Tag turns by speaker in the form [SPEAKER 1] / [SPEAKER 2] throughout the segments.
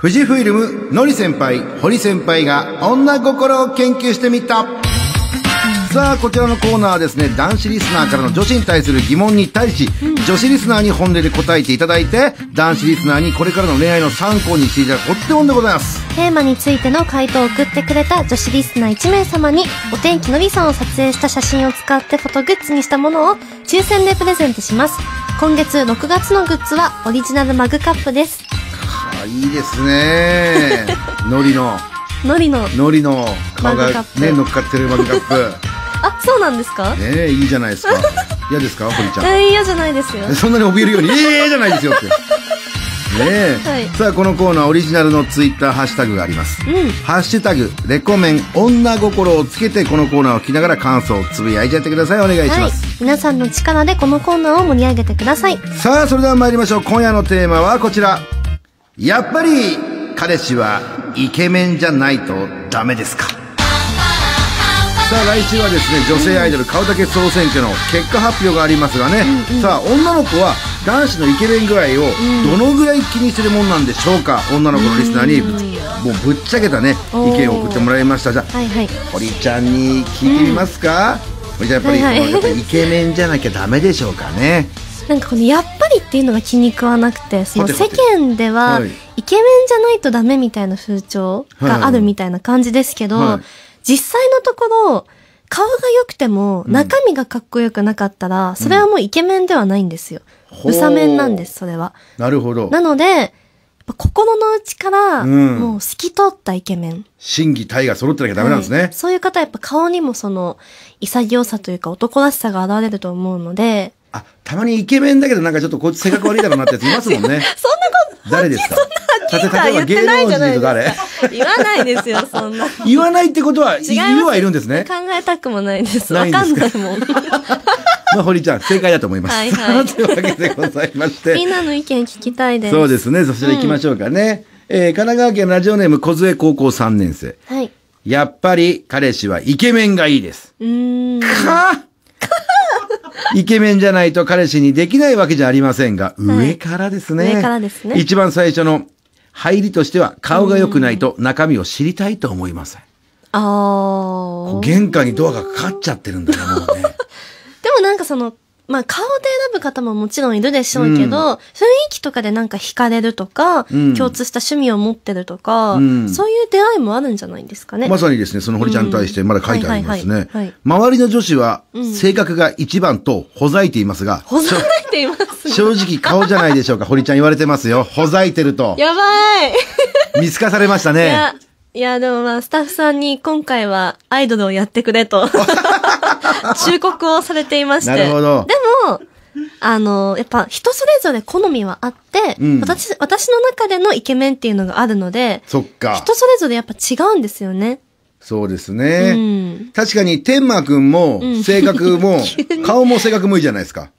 [SPEAKER 1] 富士フィルム、のり先輩、堀先輩が女心を研究してみた。さあ、こちらのコーナーはですね、男子リスナーからの女子に対する疑問に対し、女子リスナーに本音で答えていただいて、男子リスナーにこれからの恋愛の参考にしていただくお手本でございます。
[SPEAKER 2] テーマについての回答を送ってくれた女子リスナー1名様に、お天気のりさんを撮影した写真を使ってフォトグッズにしたものを抽選でプレゼントします。今月6月のグッズはオリジナルマグカップです。
[SPEAKER 1] あ、いいですね。 のりの、
[SPEAKER 2] のりの、
[SPEAKER 1] のりの顔
[SPEAKER 2] マグカ
[SPEAKER 1] が
[SPEAKER 2] ップ
[SPEAKER 1] ね、乗っかってるマグカップ。
[SPEAKER 2] あ、そうなんですか
[SPEAKER 1] ねえ、いいじゃないですか。嫌ですか、堀ちゃん。
[SPEAKER 2] えー、嫌じゃないですよ。
[SPEAKER 1] そんなに怯えるように、ええじゃないですよって。ねえ、
[SPEAKER 2] はい
[SPEAKER 1] さあ、このコーナーオリジナルのツイッターハッシュタグがあります。
[SPEAKER 2] うん。
[SPEAKER 1] ハッシュタグ、レコメン、女心をつけて、このコーナーを聞きながら感想をつぶやいちゃってください。お願いし
[SPEAKER 2] は
[SPEAKER 1] ま
[SPEAKER 2] い
[SPEAKER 1] す。。
[SPEAKER 2] 皆さんの力でこのコーナーを盛り上げてください。
[SPEAKER 1] さあ、それでは参りましょう。今夜のテーマはこちら。やっぱり、彼氏はイケメンじゃないとダメですかさあ、来週はですね、女性アイドル顔だけ総選挙の結果発表がありますがね、さあ、女の子は男子のイケメン具合をどのぐらい気にしてるもんなんでしょうか、女の子のリスナーに、もうぶっちゃけたね、
[SPEAKER 2] おー
[SPEAKER 1] 意見を送ってもらいました。じゃあ、
[SPEAKER 2] はいはい。
[SPEAKER 1] 堀ちゃんに聞いてみますか、堀ちゃん、やっぱり、
[SPEAKER 2] はいはい
[SPEAKER 1] やっぱりイケメンじゃなきゃダメでしょうかね。
[SPEAKER 2] なんかこのやっぱりっていうのが気に食わなくて、その
[SPEAKER 1] はてはて
[SPEAKER 2] 世間では
[SPEAKER 1] はい、
[SPEAKER 2] イケメンじゃないとダメみたいな風潮があるみたいな感じですけど、
[SPEAKER 1] はい
[SPEAKER 2] 実際のところ、顔が良くても中身がかっこよくなかったら、それはもうイケメンではないんですよ。
[SPEAKER 1] ほう
[SPEAKER 2] うさめんなんです、それは。
[SPEAKER 1] なるほど。
[SPEAKER 2] なので、やっぱ心の内から、
[SPEAKER 1] うん
[SPEAKER 2] もう透き通ったイケメン。
[SPEAKER 1] 審議体が揃ってなきゃダメなんですね。
[SPEAKER 2] はいそういう方はやっぱ顔にもその、潔さというか男らしさが現れると思うので、
[SPEAKER 1] あ、たまにイケメンだけどなんかちょっとこいつ性格悪いだろうなってやついますもん ね。
[SPEAKER 2] そんなこと
[SPEAKER 1] 誰ですか
[SPEAKER 2] そんなはっきりとは言ってないじゃないですか
[SPEAKER 1] 例えば芸能人と
[SPEAKER 2] 言わないですよ、そんな。
[SPEAKER 1] 誰言わないってことは、い
[SPEAKER 2] 違い
[SPEAKER 1] い
[SPEAKER 2] ます
[SPEAKER 1] るはいるんですね
[SPEAKER 2] 考。えたくもないです。
[SPEAKER 1] な
[SPEAKER 2] わ
[SPEAKER 1] いんで
[SPEAKER 2] か
[SPEAKER 1] す
[SPEAKER 2] ん
[SPEAKER 1] か
[SPEAKER 2] ないもん。
[SPEAKER 1] まあ、堀ちゃん、正解だと思います。
[SPEAKER 2] はいは い
[SPEAKER 1] というわけでございまし
[SPEAKER 2] みん
[SPEAKER 1] て。
[SPEAKER 2] なの意見聞きたいです。
[SPEAKER 1] そうですね。そちら行きましょうかね。えー神奈川県ラジオネーム、小杖高校3年生。
[SPEAKER 2] はい。
[SPEAKER 1] やっぱり、彼氏はイケメンがいいです。
[SPEAKER 2] うーん。
[SPEAKER 1] か イケメンじゃないと彼氏にできないわけじゃありませんが、
[SPEAKER 2] い
[SPEAKER 1] 上からですね。
[SPEAKER 2] 上からですね
[SPEAKER 1] 一番最初の入りとしては、顔が良くないと中身を知りたいと思いません。
[SPEAKER 2] あ
[SPEAKER 1] こう
[SPEAKER 2] ー。
[SPEAKER 1] 玄関にドアがかかっちゃってるんだね、もうね。
[SPEAKER 2] でもなんかその、まあ顔で選ぶ方ももちろんいるでしょうけど、雰囲気とかでなんか惹かれるとか、
[SPEAKER 1] うん
[SPEAKER 2] 共通した趣味を持ってるとか、
[SPEAKER 1] うん
[SPEAKER 2] そういう出会いもあるんじゃないですか ね。
[SPEAKER 1] まさにですね、その堀ちゃんに対してまだ書いてあります
[SPEAKER 2] うんはい
[SPEAKER 1] ね
[SPEAKER 2] はいはいはい。
[SPEAKER 1] 周りの女子は、性格が一番と、ほざいていますが、
[SPEAKER 2] ほざいていますね。
[SPEAKER 1] 正直顔じゃないでしょうか、堀ちゃん言われてますよ。ほざいてると。
[SPEAKER 2] やば い
[SPEAKER 1] 見透かされました
[SPEAKER 2] い
[SPEAKER 1] ね。
[SPEAKER 2] や、いや、でもまあ、スタッフさんに今回はアイドルをやってく れと、忠告をされていまして。
[SPEAKER 1] なるほど
[SPEAKER 2] でも、あの、やっぱ人それぞれ好みはあって、
[SPEAKER 1] うん
[SPEAKER 2] 私、私の中でのイケメンっていうのがあるので、
[SPEAKER 1] そっか。
[SPEAKER 2] 人それぞれやっぱ違うんですよね。
[SPEAKER 1] そうです
[SPEAKER 2] う
[SPEAKER 1] ね。
[SPEAKER 2] ん。
[SPEAKER 1] 確かに天馬くんも
[SPEAKER 2] ん
[SPEAKER 1] 性格も
[SPEAKER 2] 急に
[SPEAKER 1] 顔も性格もいいじゃないですか。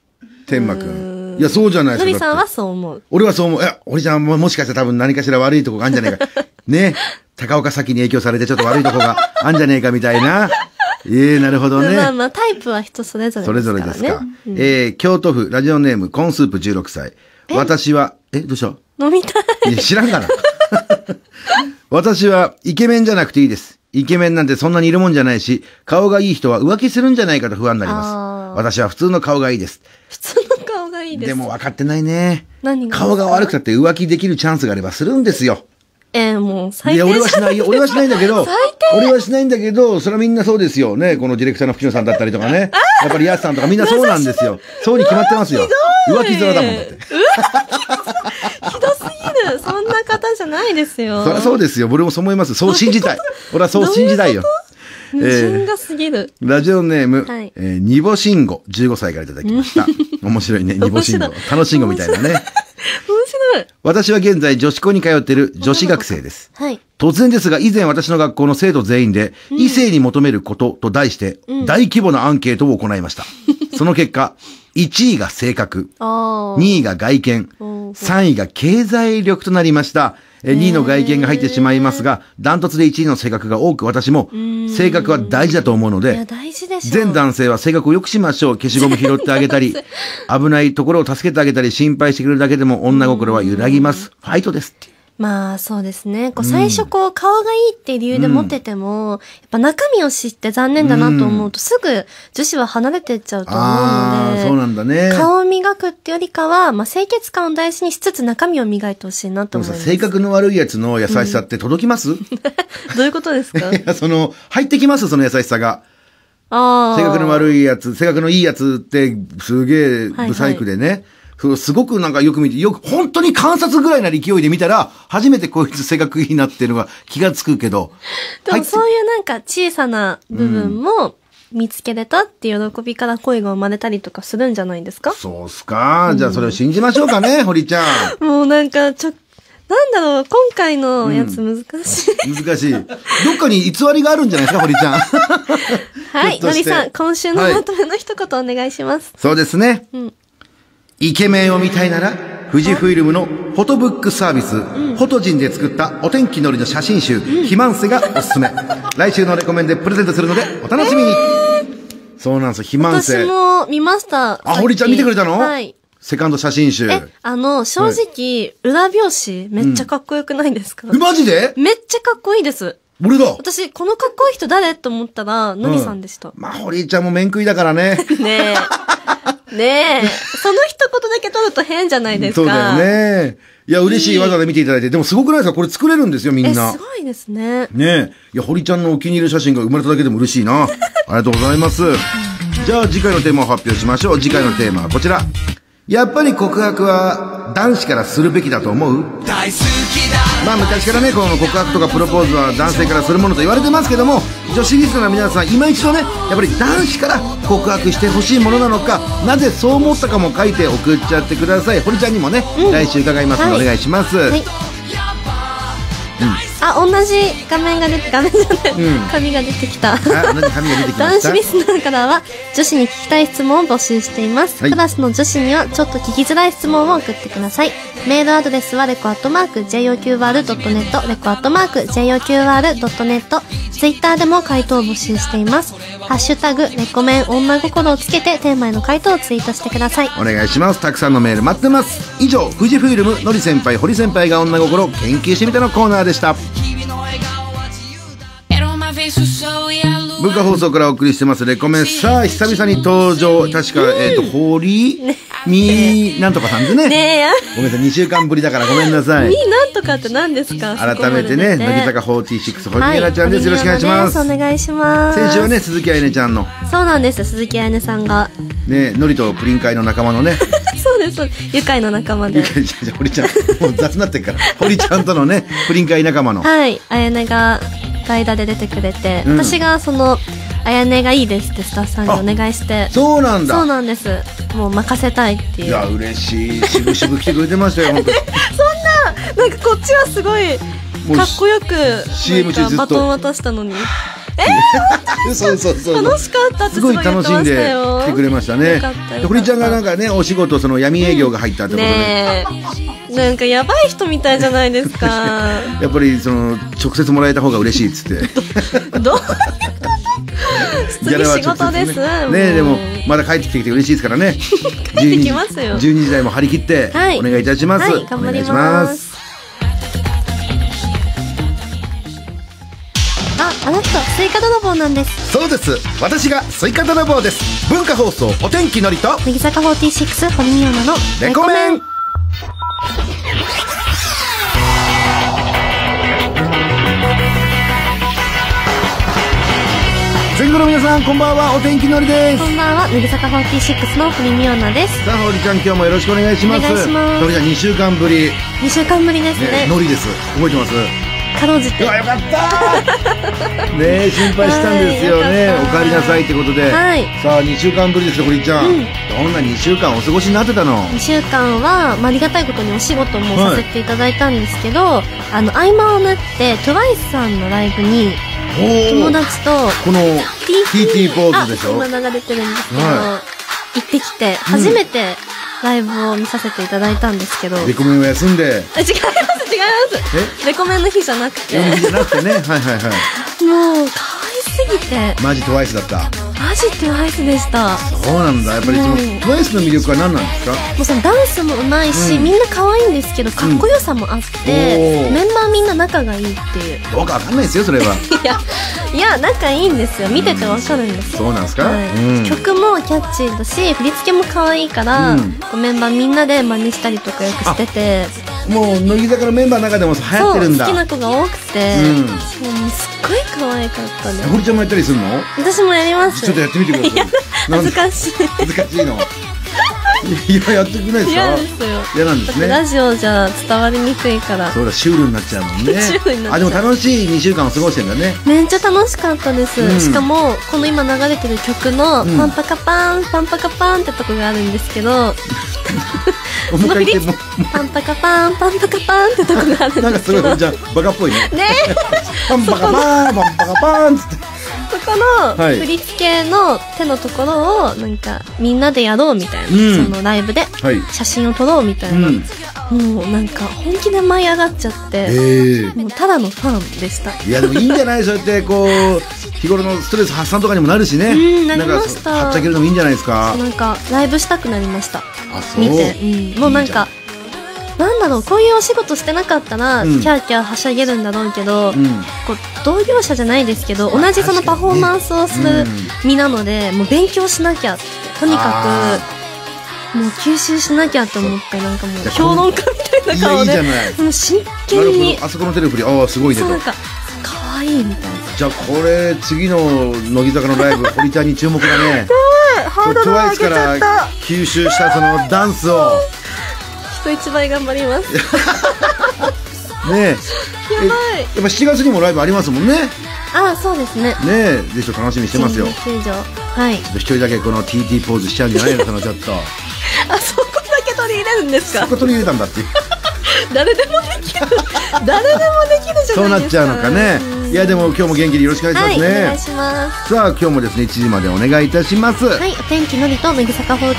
[SPEAKER 1] 天馬く。
[SPEAKER 2] うん
[SPEAKER 1] いや、そうじゃない
[SPEAKER 2] の
[SPEAKER 1] で
[SPEAKER 2] り
[SPEAKER 1] すか。
[SPEAKER 2] さ
[SPEAKER 1] だ
[SPEAKER 2] んは
[SPEAKER 1] って
[SPEAKER 2] そう思う。
[SPEAKER 1] 俺はそう思う。いや、俺ちゃんももしかしたら多分何かしら悪いとこがあるんじゃねえか。 ね。高岡先に影響されてちょっと悪いとこが あるんじゃねえかみたいな。ええなるほどね。
[SPEAKER 2] まあまあ、タイプは人それぞれ
[SPEAKER 1] そ
[SPEAKER 2] で
[SPEAKER 1] れ
[SPEAKER 2] すか
[SPEAKER 1] ぞ
[SPEAKER 2] ら、
[SPEAKER 1] れ
[SPEAKER 2] ね。
[SPEAKER 1] ですか。えー京都府ラジオネームコンスープ16歳。私は、え、どうした
[SPEAKER 2] 飲みたい。
[SPEAKER 1] いや、知らんがな。 私は、イケメンじゃなくていいです。イケメンなんてそんなにいるもんじゃないし、顔がいい人は浮気するんじゃないかと不安になり
[SPEAKER 2] あ
[SPEAKER 1] ま
[SPEAKER 2] ー
[SPEAKER 1] す。私は普通の顔がいいです。
[SPEAKER 2] 普通の顔がいい
[SPEAKER 1] で
[SPEAKER 2] です。
[SPEAKER 1] も分かってないね。
[SPEAKER 2] 何が
[SPEAKER 1] 顔が悪くたって浮気できるチャンスがあればするんですよ。
[SPEAKER 2] えー、もう最
[SPEAKER 1] い
[SPEAKER 2] 低
[SPEAKER 1] や、俺はしないいよ。俺はしないんだけど
[SPEAKER 2] 最、
[SPEAKER 1] 俺はしないんだけど、それはみんなそうですよね。このディレクターの福野さんだったりとか ね。やっぱりヤスさんとかみんなそうなんですよ。そうに決まってますよ。浮気面だもんだって。
[SPEAKER 2] ひどすぎる。そんな方じゃないですよ。
[SPEAKER 1] そりゃそうですよ。俺もそう思います。そう信じ たい。俺はそう信じたいよ。
[SPEAKER 2] 矛盾がすぎる。
[SPEAKER 1] ラジオネーム、
[SPEAKER 2] はい
[SPEAKER 1] えー、ニボシンゴ、15歳からいただきま した。面白いね、ニボシンゴ
[SPEAKER 2] 面白。い
[SPEAKER 1] 楽しんごみたいなね。
[SPEAKER 2] 面白い。
[SPEAKER 1] 私は現在女子校に通っている女子学生です。
[SPEAKER 2] はい。
[SPEAKER 1] 突然ですが、以前私の学校の生徒全員で、異性に求めることと題して、大規模なアンケートを行いました。その結果、1位が性格、
[SPEAKER 2] ああ。
[SPEAKER 1] 2位が外見、
[SPEAKER 2] おー
[SPEAKER 1] 3位が経済力となりました。え2位の外見が入ってしまいますが、ダントツで1位の性格が多く、私も性格は大事だと思うの
[SPEAKER 2] い
[SPEAKER 1] で
[SPEAKER 2] や、、大事でしょ。
[SPEAKER 1] 全男性は性格を良くしましょう。消しゴム拾ってあげたり、危ないところを助けてあげたり、心配してくれるだけでも女心は揺らぎます。ファイトですって。
[SPEAKER 2] まあそうですね。こう最初こう顔がいいっていう理由で持ってても、やっぱ中身を知って残念だなと思うと、すぐ女子は離れていっちゃうと思う
[SPEAKER 1] あ
[SPEAKER 2] の
[SPEAKER 1] あ
[SPEAKER 2] で、
[SPEAKER 1] ー、そうなんだね。
[SPEAKER 2] 顔を磨くってよりかは、まあ清潔感を大事にしつつ中身を磨いてほしいな
[SPEAKER 1] で
[SPEAKER 2] と
[SPEAKER 1] も
[SPEAKER 2] 思
[SPEAKER 1] さ、
[SPEAKER 2] います。
[SPEAKER 1] 性格の悪いやつの優しさって届き ます、い
[SPEAKER 2] どういうことで すか
[SPEAKER 1] や、その、入ってきますその優しさが。
[SPEAKER 2] ああ。
[SPEAKER 1] 性格の
[SPEAKER 2] い。
[SPEAKER 1] 悪いやつ、性格のいいやつって、すげえ、
[SPEAKER 2] はい
[SPEAKER 1] ブサイクでね。そうすごくなんかよく見て、よく、本当に観察ぐらいな勢いで見たら、初めてこいつ性格いいなっていうのが気がつくけど。
[SPEAKER 2] でも
[SPEAKER 1] 入
[SPEAKER 2] そういうなんか小さな部分も見つけれたっていう喜びから恋が生まれたりとかするんじゃないですか
[SPEAKER 1] ってそうっすか。じゃあそれを信じましょうかね、堀ちゃん。
[SPEAKER 2] もうなんかちょ、なんだろう、今回のやつ難しい。
[SPEAKER 1] 難しい。どっかに偽りがあるんじゃないですか、堀ちゃん。 ひ
[SPEAKER 2] は
[SPEAKER 1] ょ
[SPEAKER 2] い、
[SPEAKER 1] っと
[SPEAKER 2] の
[SPEAKER 1] して
[SPEAKER 2] りさん、今週の
[SPEAKER 1] はい
[SPEAKER 2] まとめの一言お願いします。
[SPEAKER 1] そうですね。
[SPEAKER 2] ん
[SPEAKER 1] イケメンを見たいなら、富士フィルムのフォトブックサービス、フォトジンで作ったお天気のりの写真集、肥満瀬がおすすめ。来週のレコメンでプレゼントするので、お楽しみに。そうなんですよ、肥満
[SPEAKER 2] 私
[SPEAKER 1] 瀬。
[SPEAKER 2] も見ました。さっ
[SPEAKER 1] あ、
[SPEAKER 2] き
[SPEAKER 1] 堀ちゃん見てくれたの
[SPEAKER 2] はい。。
[SPEAKER 1] セカンド写真集。
[SPEAKER 2] え、あの、正直、裏表紙、めっちゃかっこよくないですか、
[SPEAKER 1] えマジで
[SPEAKER 2] めっちゃかっこいいです。
[SPEAKER 1] 俺だ。
[SPEAKER 2] 私、このかっこいい人誰と思ったら、のりさんでした。
[SPEAKER 1] まあ、堀ちゃんも面食いだからね。
[SPEAKER 2] ねえ。ねえ。その一言だけ取ると変じゃないで
[SPEAKER 1] そ
[SPEAKER 2] すか。
[SPEAKER 1] うだよね。いや、嬉しい。わざわざ見ていただいて。でもすごくないですかこれ作れるんですよ、みんな。
[SPEAKER 2] え、すごいですね。
[SPEAKER 1] ねえ。いや、堀ちゃんのお気に入りの写真が生まれただけでも嬉しい な。ありがとうございます。じゃあ次回のテーマを発表しましょう。次回のテーマはこちら。やっぱり告白は男子からするべきだと思う
[SPEAKER 3] 大好きだ
[SPEAKER 1] まあ昔からね、この告白とかプロポーズは男性からするものと言われてますけども、女子リスナーの皆さん、今一度ね、やっぱり男子から告白してほしいものなのか、なぜそう思ったかも書いて送っちゃってください。堀ちゃんにもね、
[SPEAKER 2] うん
[SPEAKER 1] 来週伺いますので、
[SPEAKER 2] はい
[SPEAKER 1] お願いします。
[SPEAKER 2] はい。あ、同じ画面が出て、画面じゃない、紙が出てきた。
[SPEAKER 1] あ、何紙が出てきま
[SPEAKER 2] 男
[SPEAKER 1] した
[SPEAKER 2] 子リスナーからは女子に聞きたい質問を募集しています、
[SPEAKER 1] はい
[SPEAKER 2] クラスの女子にはちょっと聞きづらい質問を送ってくださいメールアドレスはレコアットマーク JOQR.net レコアットマーク JOQR.net ツイッターでも回答を募集していますハッシュタグレコメン女心をつけてテーマへの回答をツイートしてください
[SPEAKER 1] お願いしますたくさんのメール待ってます以上富士フイルムのり先輩堀先輩が女心を研究してみたのコーナーでした
[SPEAKER 4] é Era uma vez o sol e a lua.
[SPEAKER 1] 文化放送からお送りしてますレコメンさあ久々に登場確か、えっ、と堀みなんとかさんですね
[SPEAKER 2] ね
[SPEAKER 1] ごめんなさい2週間ぶりだからごめんなさ
[SPEAKER 2] え
[SPEAKER 1] い
[SPEAKER 2] いいなんとかって何です か
[SPEAKER 1] 改めてね乃木坂46堀美奈々ちゃんです、よろしくお願いします
[SPEAKER 2] お願いします
[SPEAKER 1] 先週はね鈴木愛音ちゃんの
[SPEAKER 2] そうなんです鈴木彩音さんが
[SPEAKER 1] ねのりとプリン会の仲間のね
[SPEAKER 2] そうですそうです愉快な仲間で
[SPEAKER 1] ゆかりちゃんじゃ堀ちゃんもう雑になってるから堀ちゃんとのねプリン会仲間の
[SPEAKER 2] はい、あやねが代打で出てくれて、
[SPEAKER 1] うん
[SPEAKER 2] 私がその、あやねがいいですってスタッフさんにお願いして、
[SPEAKER 1] そうなんだ
[SPEAKER 2] そうなんです。もう任せたいってい。
[SPEAKER 1] いう
[SPEAKER 2] な
[SPEAKER 1] や嬉しい渋々来てくれてましたよ本当に
[SPEAKER 2] んかこっちはすごい、
[SPEAKER 1] もう
[SPEAKER 2] かっこよく、
[SPEAKER 1] CM 中
[SPEAKER 2] なん
[SPEAKER 1] ず
[SPEAKER 2] か
[SPEAKER 1] っと
[SPEAKER 2] バトン渡したのに、
[SPEAKER 1] そうそうそう。
[SPEAKER 2] 楽しかったっ
[SPEAKER 1] す
[SPEAKER 2] てすご
[SPEAKER 1] ご
[SPEAKER 2] い
[SPEAKER 1] い
[SPEAKER 2] 言って
[SPEAKER 1] 楽
[SPEAKER 2] ま
[SPEAKER 1] しん
[SPEAKER 2] した
[SPEAKER 1] で
[SPEAKER 2] よ。
[SPEAKER 1] 来てくれましたね
[SPEAKER 2] よかったよかっ。た
[SPEAKER 1] で堀ちゃんがなんかね、お仕事、その闇営業が入ったってことで。
[SPEAKER 2] ねえ、なんかやばい人みたいじゃないです か。
[SPEAKER 1] やっぱりその直接もらえた方が嬉しいっつ って。
[SPEAKER 2] どういうこ
[SPEAKER 1] ギ
[SPEAKER 2] と
[SPEAKER 1] ャ
[SPEAKER 2] 次
[SPEAKER 1] ラは
[SPEAKER 2] 仕
[SPEAKER 1] 直接
[SPEAKER 2] 事です。
[SPEAKER 1] ねねえでもまだ帰ってきてくれて嬉しいですからね。
[SPEAKER 2] 帰ってきますよ
[SPEAKER 1] 12時12時台も張り切って
[SPEAKER 2] はい
[SPEAKER 1] お願いいたします。
[SPEAKER 2] はい、頑張り
[SPEAKER 1] お願い
[SPEAKER 2] ま。
[SPEAKER 1] します
[SPEAKER 2] あ、あの人、スイカ泥棒なんです。
[SPEAKER 1] そうです。私がスイカ泥棒です。文化放送お天気のりと
[SPEAKER 2] 乃木坂46、堀美央奈の
[SPEAKER 1] レコメン。全国の皆さんこんばんはお天気のりです
[SPEAKER 2] こ。んばんは、乃木坂46の堀美央奈です。
[SPEAKER 1] さあ、堀ちゃん、今日もよろしくお願いします。
[SPEAKER 2] お願いします
[SPEAKER 1] 堀ちゃん、2週間ぶり、ね、
[SPEAKER 2] 2週間ぶりですね。
[SPEAKER 1] のりです。覚えてます
[SPEAKER 2] かろうじて。
[SPEAKER 1] うわ、
[SPEAKER 2] は
[SPEAKER 1] よか ったねえ、心配したんですよ
[SPEAKER 2] はい
[SPEAKER 1] ね。
[SPEAKER 2] よか
[SPEAKER 1] お
[SPEAKER 2] った
[SPEAKER 1] 帰りなさいってことで。
[SPEAKER 2] い。
[SPEAKER 1] さあ、2週間ぶりですよ、堀ちゃん。
[SPEAKER 2] うん
[SPEAKER 1] どんな2週間お過ごしになってたの
[SPEAKER 2] 2週間は、まあ、ありがたいことにお仕事もさせていただいたんですけど、あの、合間を縫って、TWICE さんのライブに、
[SPEAKER 1] おー
[SPEAKER 2] 友達と、
[SPEAKER 1] この TT ポーズでし
[SPEAKER 2] あ
[SPEAKER 1] ょ
[SPEAKER 2] 今流れてるんですけど、
[SPEAKER 1] は
[SPEAKER 2] 行ってきて、初めてライブを見させていただいたんですけど、あ違
[SPEAKER 1] レ
[SPEAKER 2] い
[SPEAKER 1] コメンを休んで。
[SPEAKER 2] ます、違います。レコメンの日じゃなくて、
[SPEAKER 1] 読
[SPEAKER 2] も
[SPEAKER 1] みじゃなくてね。はいはいはい。
[SPEAKER 2] う、可愛すぎて、
[SPEAKER 1] マジトワイスだった。
[SPEAKER 2] マジ TWICE でした
[SPEAKER 1] そうなんだやっぱりその
[SPEAKER 2] うん
[SPEAKER 1] TWICE の魅力は何なんですか
[SPEAKER 2] もうそのダンスもうまいし、みんな可愛いんですけどかっこよさもあっ
[SPEAKER 1] う
[SPEAKER 2] て、
[SPEAKER 1] んおー
[SPEAKER 2] メンバーみんな仲がいいっていう
[SPEAKER 1] どうかわかんないですよそれは
[SPEAKER 2] いやいや仲いいんですよ見ててわかるんですよ、
[SPEAKER 1] そうなんですか、
[SPEAKER 2] はい
[SPEAKER 1] うん
[SPEAKER 2] 曲もキャッチーだし振り付けも可愛いから、
[SPEAKER 1] うん
[SPEAKER 2] こうメンバーみんなで真似したりとかよくしてて
[SPEAKER 1] もう乃木坂のメンバーの中でも流行
[SPEAKER 2] そ
[SPEAKER 1] っ
[SPEAKER 2] う
[SPEAKER 1] てるんだ
[SPEAKER 2] 好きな子が多くて、
[SPEAKER 1] うん
[SPEAKER 2] もうすっごい可愛かったね
[SPEAKER 1] 堀ちゃんもやったりするの
[SPEAKER 2] 私もやります
[SPEAKER 1] ちょっとやってみてくださいなん
[SPEAKER 2] 恥ずかしい
[SPEAKER 1] 恥 ずかしいのいややってくれないですか
[SPEAKER 2] 嫌ですよ
[SPEAKER 1] 嫌なんで
[SPEAKER 2] だっ
[SPEAKER 1] す
[SPEAKER 2] て
[SPEAKER 1] ね
[SPEAKER 2] ラジオじゃ伝わりにくいから
[SPEAKER 1] そうだ シュールになっちゃうもんね
[SPEAKER 2] シュールになっちゃう
[SPEAKER 1] あでも楽しい2週間を過ごしてんだね
[SPEAKER 2] めっちゃ楽しかったです、
[SPEAKER 1] うん
[SPEAKER 2] しかもこの今流れてる曲の
[SPEAKER 1] ん
[SPEAKER 2] 「パンパカパン、パンパカパン」ってとこがあるんです けど
[SPEAKER 1] もう一回言っても
[SPEAKER 2] 「パンパカパンパンパカパン」ってとこがあるん
[SPEAKER 1] うなんか
[SPEAKER 2] で
[SPEAKER 1] す
[SPEAKER 2] すけど
[SPEAKER 1] ごいじゃあバカっぽ いね
[SPEAKER 2] ね
[SPEAKER 1] パンパカパーンパンパカパーンっつって
[SPEAKER 2] そこの
[SPEAKER 1] はい
[SPEAKER 2] 振り付けの手のところをなんかみんなでやろうみたいな、
[SPEAKER 1] うん
[SPEAKER 2] そのライブで
[SPEAKER 1] はい
[SPEAKER 2] 写真を撮ろうみたいうな、
[SPEAKER 1] ん
[SPEAKER 2] もうなんか本気で舞い上がっちゃって、
[SPEAKER 1] え
[SPEAKER 2] もうただのファンでした
[SPEAKER 1] えいやでもいいんじゃないそうやってこう日頃のストレス発散とかにもなるしね
[SPEAKER 2] うんなりました
[SPEAKER 1] なんかはっちゃけるのもいいんじゃないですか
[SPEAKER 2] なんかライブしたくなりました
[SPEAKER 1] あそう
[SPEAKER 2] 見て、うんもうなんかなんだろうこういうお仕事してなかったら、
[SPEAKER 1] うん
[SPEAKER 2] キャーキャーはしゃげるんだろうけど、
[SPEAKER 1] ん
[SPEAKER 2] こう同業者じゃないですけど同
[SPEAKER 1] まあ
[SPEAKER 2] じその
[SPEAKER 1] 確か
[SPEAKER 2] パ
[SPEAKER 1] にね
[SPEAKER 2] フォーマンスをする身なので、もう勉強しなきゃってとに
[SPEAKER 1] あ
[SPEAKER 2] かくもう吸収しなきゃと思ってなんかも
[SPEAKER 1] じゃ
[SPEAKER 2] う
[SPEAKER 1] あこ
[SPEAKER 2] 評
[SPEAKER 1] ん
[SPEAKER 2] 論家みたいな顔
[SPEAKER 1] いや
[SPEAKER 2] で
[SPEAKER 1] いいじゃない
[SPEAKER 2] もう真
[SPEAKER 1] なる
[SPEAKER 2] 剣に
[SPEAKER 1] ほどあそこの手の振りああすごいね
[SPEAKER 2] そう
[SPEAKER 1] と
[SPEAKER 2] なんか可愛いみたいな
[SPEAKER 1] じゃあこれ次の乃木坂のライ ブ堀ちゃんに注目だね
[SPEAKER 2] ハードル上
[SPEAKER 1] TWICE
[SPEAKER 2] げ
[SPEAKER 1] か
[SPEAKER 2] ちゃ
[SPEAKER 1] ら
[SPEAKER 2] った
[SPEAKER 1] 吸収したそのダンスを
[SPEAKER 2] 人一倍頑張りますや
[SPEAKER 1] ねえ
[SPEAKER 2] ば
[SPEAKER 1] え
[SPEAKER 2] い
[SPEAKER 1] やっぱ7月にもライブありますもんね
[SPEAKER 2] ああそうですね
[SPEAKER 1] ねえぜひと楽しみにしてますよちょ
[SPEAKER 2] 新劇場はい
[SPEAKER 1] っと一人だけこの TT ポーズしちゃうんじゃないのそのちょっと
[SPEAKER 2] あそこだけ取り入れるんですか
[SPEAKER 1] そこ取り入れたんだっていう
[SPEAKER 2] 誰でもできる誰でもできるじゃないですか
[SPEAKER 1] そうなっちゃうのかねいやでも今日も元気によろしくお願
[SPEAKER 2] はいい、
[SPEAKER 1] します
[SPEAKER 2] お
[SPEAKER 1] ね、
[SPEAKER 2] 願いします
[SPEAKER 1] さあ今日もですね1時までお願いいたします、
[SPEAKER 2] はい、お天気のりと乃木坂46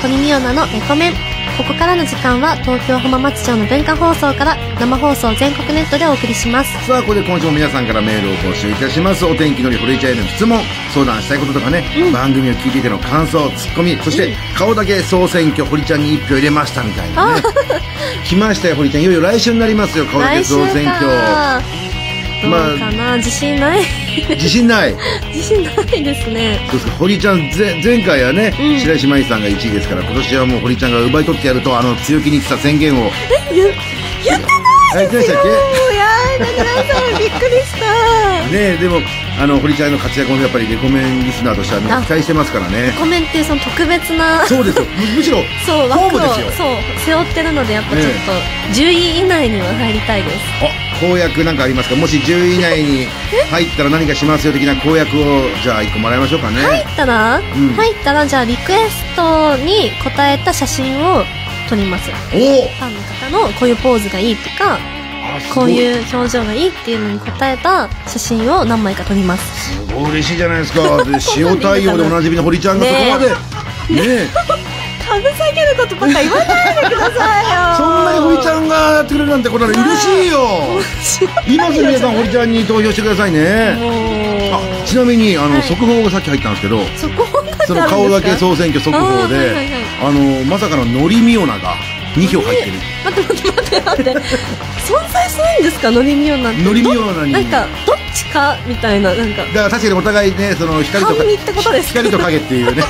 [SPEAKER 2] 堀美央奈のレコメンここからの時間は東京浜松町の文化放送から生放送全国ネットでお送りします
[SPEAKER 1] さあここで今週も皆さんからメールを募集いたしますお天気のり堀井ちゃんへの質問相談したいこととかね、番組を聞いていての感想ツッコミそして顔だけ総選挙堀ちゃんに1票入れましたみたいなね来ましたよ堀ちゃんいよいよ来週になりますよ顔だけ
[SPEAKER 2] 来週
[SPEAKER 1] 総選挙
[SPEAKER 2] かどうかな、自信ない
[SPEAKER 1] 自信ないど
[SPEAKER 2] 自信ないですね
[SPEAKER 1] うですか堀ちゃんぜ前回はね、
[SPEAKER 2] うん
[SPEAKER 1] 白石麻衣さんが1位ですから今年はもう堀ちゃんが奪い取ってやるとあの強気に来た宣言を
[SPEAKER 2] やって
[SPEAKER 1] あ言ってましたっけ
[SPEAKER 2] もうやーなくなったびっくりした
[SPEAKER 1] ねえでもあの堀ちゃんの活躍もやっぱりレコメンリスナーとしてはね
[SPEAKER 2] あ
[SPEAKER 1] 期待してますからね
[SPEAKER 2] コメンっていうその特別な
[SPEAKER 1] そうですよむむしろ
[SPEAKER 2] そ
[SPEAKER 1] ホー
[SPEAKER 2] う枠
[SPEAKER 1] ム
[SPEAKER 2] を
[SPEAKER 1] です
[SPEAKER 2] そ
[SPEAKER 1] よ
[SPEAKER 2] う背負ってるのでやっぱちょっと10位以内には入りたいです
[SPEAKER 1] あ公約なんかありますかもし10位以内に入ったら何かしますよ的な公約をじゃあ1個もらいましょうかね、
[SPEAKER 2] 入ったら、
[SPEAKER 1] ん
[SPEAKER 2] 入ったらじゃあリクエストに答えた写真を撮りますフ
[SPEAKER 1] おお
[SPEAKER 2] ァンの方のこういうポーズがいいとか
[SPEAKER 1] あす
[SPEAKER 2] こ
[SPEAKER 1] ご
[SPEAKER 2] う
[SPEAKER 1] い
[SPEAKER 2] いう表情がいいっていうのに答えた写真を何枚か撮ります
[SPEAKER 1] すごい嬉しいじゃないですかで塩対応でおなじみの堀ちゃんがそこまでねえ
[SPEAKER 2] かぶ下げることばっか言わないでくださ
[SPEAKER 1] そんなに堀ちゃんがやってくれるなんてこれは嬉し いよ今すぐ皆さん堀ちゃんに投票してくださいねあ
[SPEAKER 2] も
[SPEAKER 1] ちなみにあの、
[SPEAKER 2] はい
[SPEAKER 1] 速報がさっき入ったんですけど
[SPEAKER 2] うそこまであるんですか
[SPEAKER 1] その顔だけ総選挙速報で、あ,、
[SPEAKER 2] あーはいはいは
[SPEAKER 1] の
[SPEAKER 2] い
[SPEAKER 1] まさかのノリミオナが2票入ってる。
[SPEAKER 2] 待って待って待って待って存在しないんですかノリミオナって
[SPEAKER 1] ノリミオナに
[SPEAKER 2] どなんかどっちかみたいななんか
[SPEAKER 1] だから確かにお互いねその光と
[SPEAKER 2] 半身ってことですか
[SPEAKER 1] 光と影っていうね。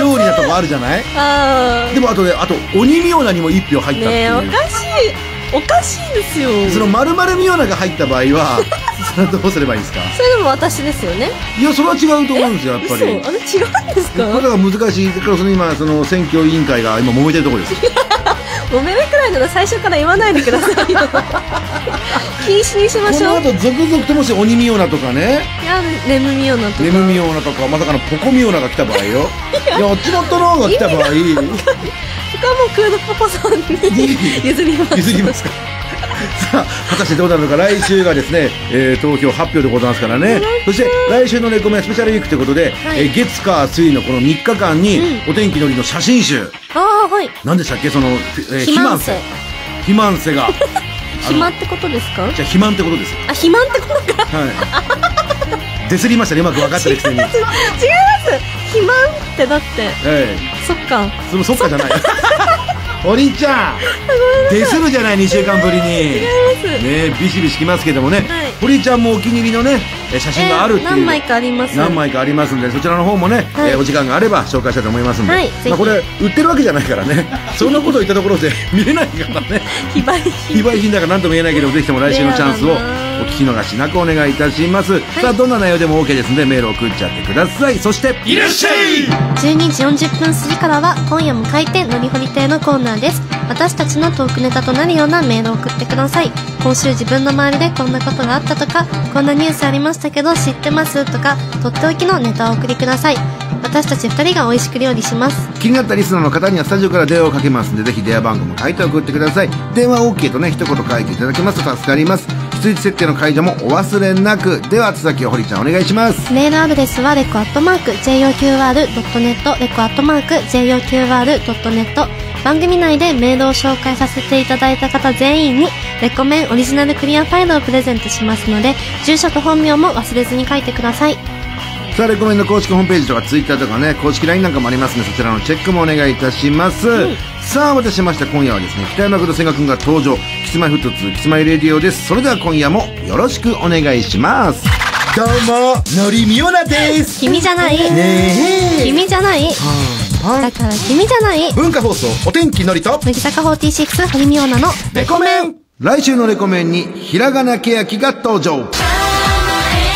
[SPEAKER 1] 表裏なとこあるじゃない？
[SPEAKER 2] あ
[SPEAKER 1] でもあとであと鬼ミオナにも1票入
[SPEAKER 2] あ
[SPEAKER 1] ったって
[SPEAKER 2] ねえお
[SPEAKER 1] いう。
[SPEAKER 2] かしいおかしいですよ
[SPEAKER 1] その丸々ミオナが入った場合は それはどうすればいいんですか？
[SPEAKER 2] それでも私ですよね
[SPEAKER 1] いやそれは違うと思うんですよやっぱ
[SPEAKER 2] 嘘あ
[SPEAKER 1] り
[SPEAKER 2] れ違う。んです
[SPEAKER 1] これ
[SPEAKER 2] か
[SPEAKER 1] が難しい。だからその今その選挙委員会が今揉めてるところです。
[SPEAKER 2] ごめんくらいなら最初から言わないでくださ いよ禁止にしま
[SPEAKER 1] こ
[SPEAKER 2] し
[SPEAKER 1] の
[SPEAKER 2] ょう
[SPEAKER 1] 後続々ともし鬼ミオナとかね。
[SPEAKER 2] いやレムミオナとか
[SPEAKER 1] ネムミオナとかまさかのポコミオナが来た場合よ いやあっちのトローが来た場合
[SPEAKER 2] 他もクールポポさんに譲ります
[SPEAKER 1] 譲ります かさあ果たしてどうなるのか来週がですね、えー投票発表でございますからねそして来週のレコメンスペシャルウィークということで、
[SPEAKER 2] はい
[SPEAKER 1] えー月火水のこの3日間に、お天気のりの写真集
[SPEAKER 2] ああはい
[SPEAKER 1] 何でしたっけその、えー
[SPEAKER 2] 肥満性
[SPEAKER 1] 肥満性があの
[SPEAKER 2] 暇ってことですか
[SPEAKER 1] じゃあ肥満ってことです
[SPEAKER 2] あ肥満ってことか
[SPEAKER 1] はいディスりましたねうまく分かってるくせに、
[SPEAKER 2] 違います肥満ってだって
[SPEAKER 1] え
[SPEAKER 2] そっか
[SPEAKER 1] え、そのそっかじ ゃないおりんちゃんディスるじゃない2週間ぶりに
[SPEAKER 2] 違います
[SPEAKER 1] ねビシビシきますけどもね、
[SPEAKER 2] はい
[SPEAKER 1] 堀ちゃんもお気に入りのねえ写真があるっていう、
[SPEAKER 2] えー何枚かあります
[SPEAKER 1] 何枚かありますんでそちらの方もね、
[SPEAKER 2] はい
[SPEAKER 1] えーお時間があれば紹介したいと思いますんで、
[SPEAKER 2] はいぜひ
[SPEAKER 1] まあ、これ売ってるわけじゃないから ねそんなこと言ったところで見れないからね
[SPEAKER 2] 非売
[SPEAKER 1] 非
[SPEAKER 2] 品
[SPEAKER 1] 売品だから何とも言えないけどぜひとも来週のチャンスをお
[SPEAKER 2] レアだな
[SPEAKER 1] 聞き逃しなくお願いいたします、さあどんな内容でも OK ですのでメールを送っちゃってくださいそしていらっしゃい
[SPEAKER 2] 12時40分過ぎからは今夜も開店のりほり亭のコーナーです私たちのトークネタとなるようなメールを送ってください今週自分の周りでこんなことがあったとかこんなニュースありましたけど知ってますとかとっておきのネタをお送りください私たち2人が美味しく料理します
[SPEAKER 1] 気になったリスナーの方にはスタジオから電話をかけますんでぜひ電話番号も書いて送ってください電話 OK とね一言書いていただけますと助かります出立設定の解除もお忘れなくでは津崎を堀ちゃんお願いします
[SPEAKER 2] メールアドレスはレコアットマーク JOQR.net レコアットマーク JOQR.net 番組内でメールを紹介させていただいた方全員にレコメンオリジナルクリアファイルをプレゼントしますので住所と本名も忘れずに書いてください
[SPEAKER 1] さあレコメンの公式ホームページとか Twitter とかね公式 LINE なんかもありますのでそちらのチェックもお願いいたします、さあお待たせしました今夜はですね北山君と千賀君が登場キスマイフットツーキスマイレディオですそれでは今夜もよろしくお願いしますどうものりみおなです
[SPEAKER 2] 君じゃない
[SPEAKER 1] ねえ
[SPEAKER 2] 君じゃないだから君じゃない
[SPEAKER 1] 文化放送お天気のりと
[SPEAKER 2] 乃木坂46堀美央奈の
[SPEAKER 1] レコメン来週のレコメンにひらがなけやきが登場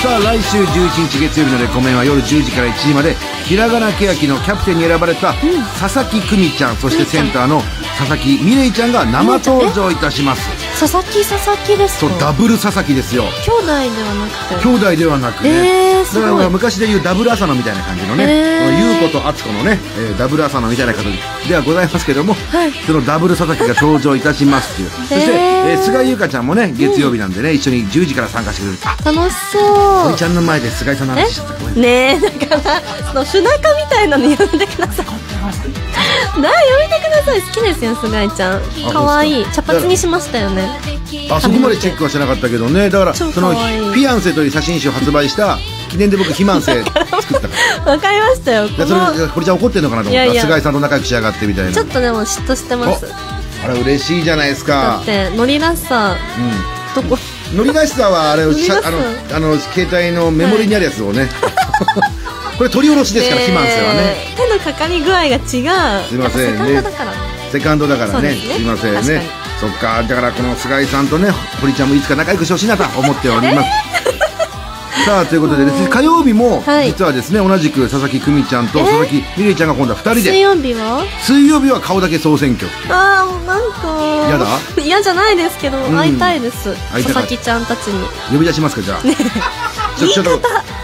[SPEAKER 1] さあ来週11日月曜日のレコメンは夜10時から1時までひらがなけやきのキャプテンに選ばれた佐々木久美ちゃんそしてセンターの佐々木美玲ちゃんが生登場いたします
[SPEAKER 2] 佐々木佐々木です
[SPEAKER 1] そうダ
[SPEAKER 2] か
[SPEAKER 1] ブル佐々木ですよ
[SPEAKER 2] 兄弟ではなくて
[SPEAKER 1] 兄弟ではなくね、
[SPEAKER 2] えーすごい
[SPEAKER 1] だから昔でいうダブル浅野みたいな感じのね、
[SPEAKER 2] えー
[SPEAKER 1] この優子と敦子のね、えーダブル浅野みたいな形ではございますけども、
[SPEAKER 2] はい
[SPEAKER 1] そのダブル佐々木が登場いたしますっていう、そして、えー菅井優香ちゃんもね月曜日なんでね、一緒に10時から参加してくれるあ
[SPEAKER 2] 楽し
[SPEAKER 1] お
[SPEAKER 2] そう
[SPEAKER 1] じちゃんの前で菅井さんの話しちゃったごめん
[SPEAKER 2] ねえだからその背中みたいなのやめてくださいなあやめてください好きですよ菅井ちゃん
[SPEAKER 1] か
[SPEAKER 2] 可愛い茶髪にしましたよね
[SPEAKER 1] あそこまでチェックはしてなかったけどねだから
[SPEAKER 2] 超
[SPEAKER 1] そ
[SPEAKER 2] 可
[SPEAKER 1] のフ
[SPEAKER 2] 愛い
[SPEAKER 1] ィアンセという写真集を発売した記念で僕肥満性作っ たから
[SPEAKER 2] わかりましたよこ
[SPEAKER 1] でそれ
[SPEAKER 2] の
[SPEAKER 1] 堀ちゃん怒ってんのかなと思ったら
[SPEAKER 2] いやいや
[SPEAKER 1] 菅井さんと仲良くしやがってみたいな
[SPEAKER 2] ちょっとでも嫉妬してます
[SPEAKER 1] おあれ嬉しいじゃないです
[SPEAKER 2] だ
[SPEAKER 1] か
[SPEAKER 2] ってノリらしさ
[SPEAKER 1] うん
[SPEAKER 2] どこ
[SPEAKER 1] 乗り出したはあれをしゃ
[SPEAKER 2] 乗り出
[SPEAKER 1] あ
[SPEAKER 2] す
[SPEAKER 1] のあの携帯のメモリにあるやつをね、 これ取り下ろしですから肥満性はね
[SPEAKER 2] えー手のかかり具合が違うすい
[SPEAKER 1] すいませんね
[SPEAKER 2] だから
[SPEAKER 1] セカンドだからね
[SPEAKER 2] そうですね
[SPEAKER 1] すいません
[SPEAKER 2] 確か
[SPEAKER 1] ね
[SPEAKER 2] に
[SPEAKER 1] そっかだからこの菅井さんとね堀ちゃんもいつか仲良くしてほしいなと思っており ますさあということでですね火曜日も
[SPEAKER 2] はい
[SPEAKER 1] 実はですね、同じく佐々木久美ちゃんと佐々木美玲ちゃんが今度は2人
[SPEAKER 2] 水
[SPEAKER 1] で
[SPEAKER 2] 曜日は
[SPEAKER 1] 水曜日は顔だけ総選挙
[SPEAKER 2] ああなんか
[SPEAKER 1] やだ
[SPEAKER 2] 嫌じゃないですけど
[SPEAKER 1] ん
[SPEAKER 2] 会いたいです
[SPEAKER 1] 会いた
[SPEAKER 2] 佐
[SPEAKER 1] かっ
[SPEAKER 2] 々木ちゃんたちに
[SPEAKER 1] 呼び出しますかじゃあ、ちょちょっと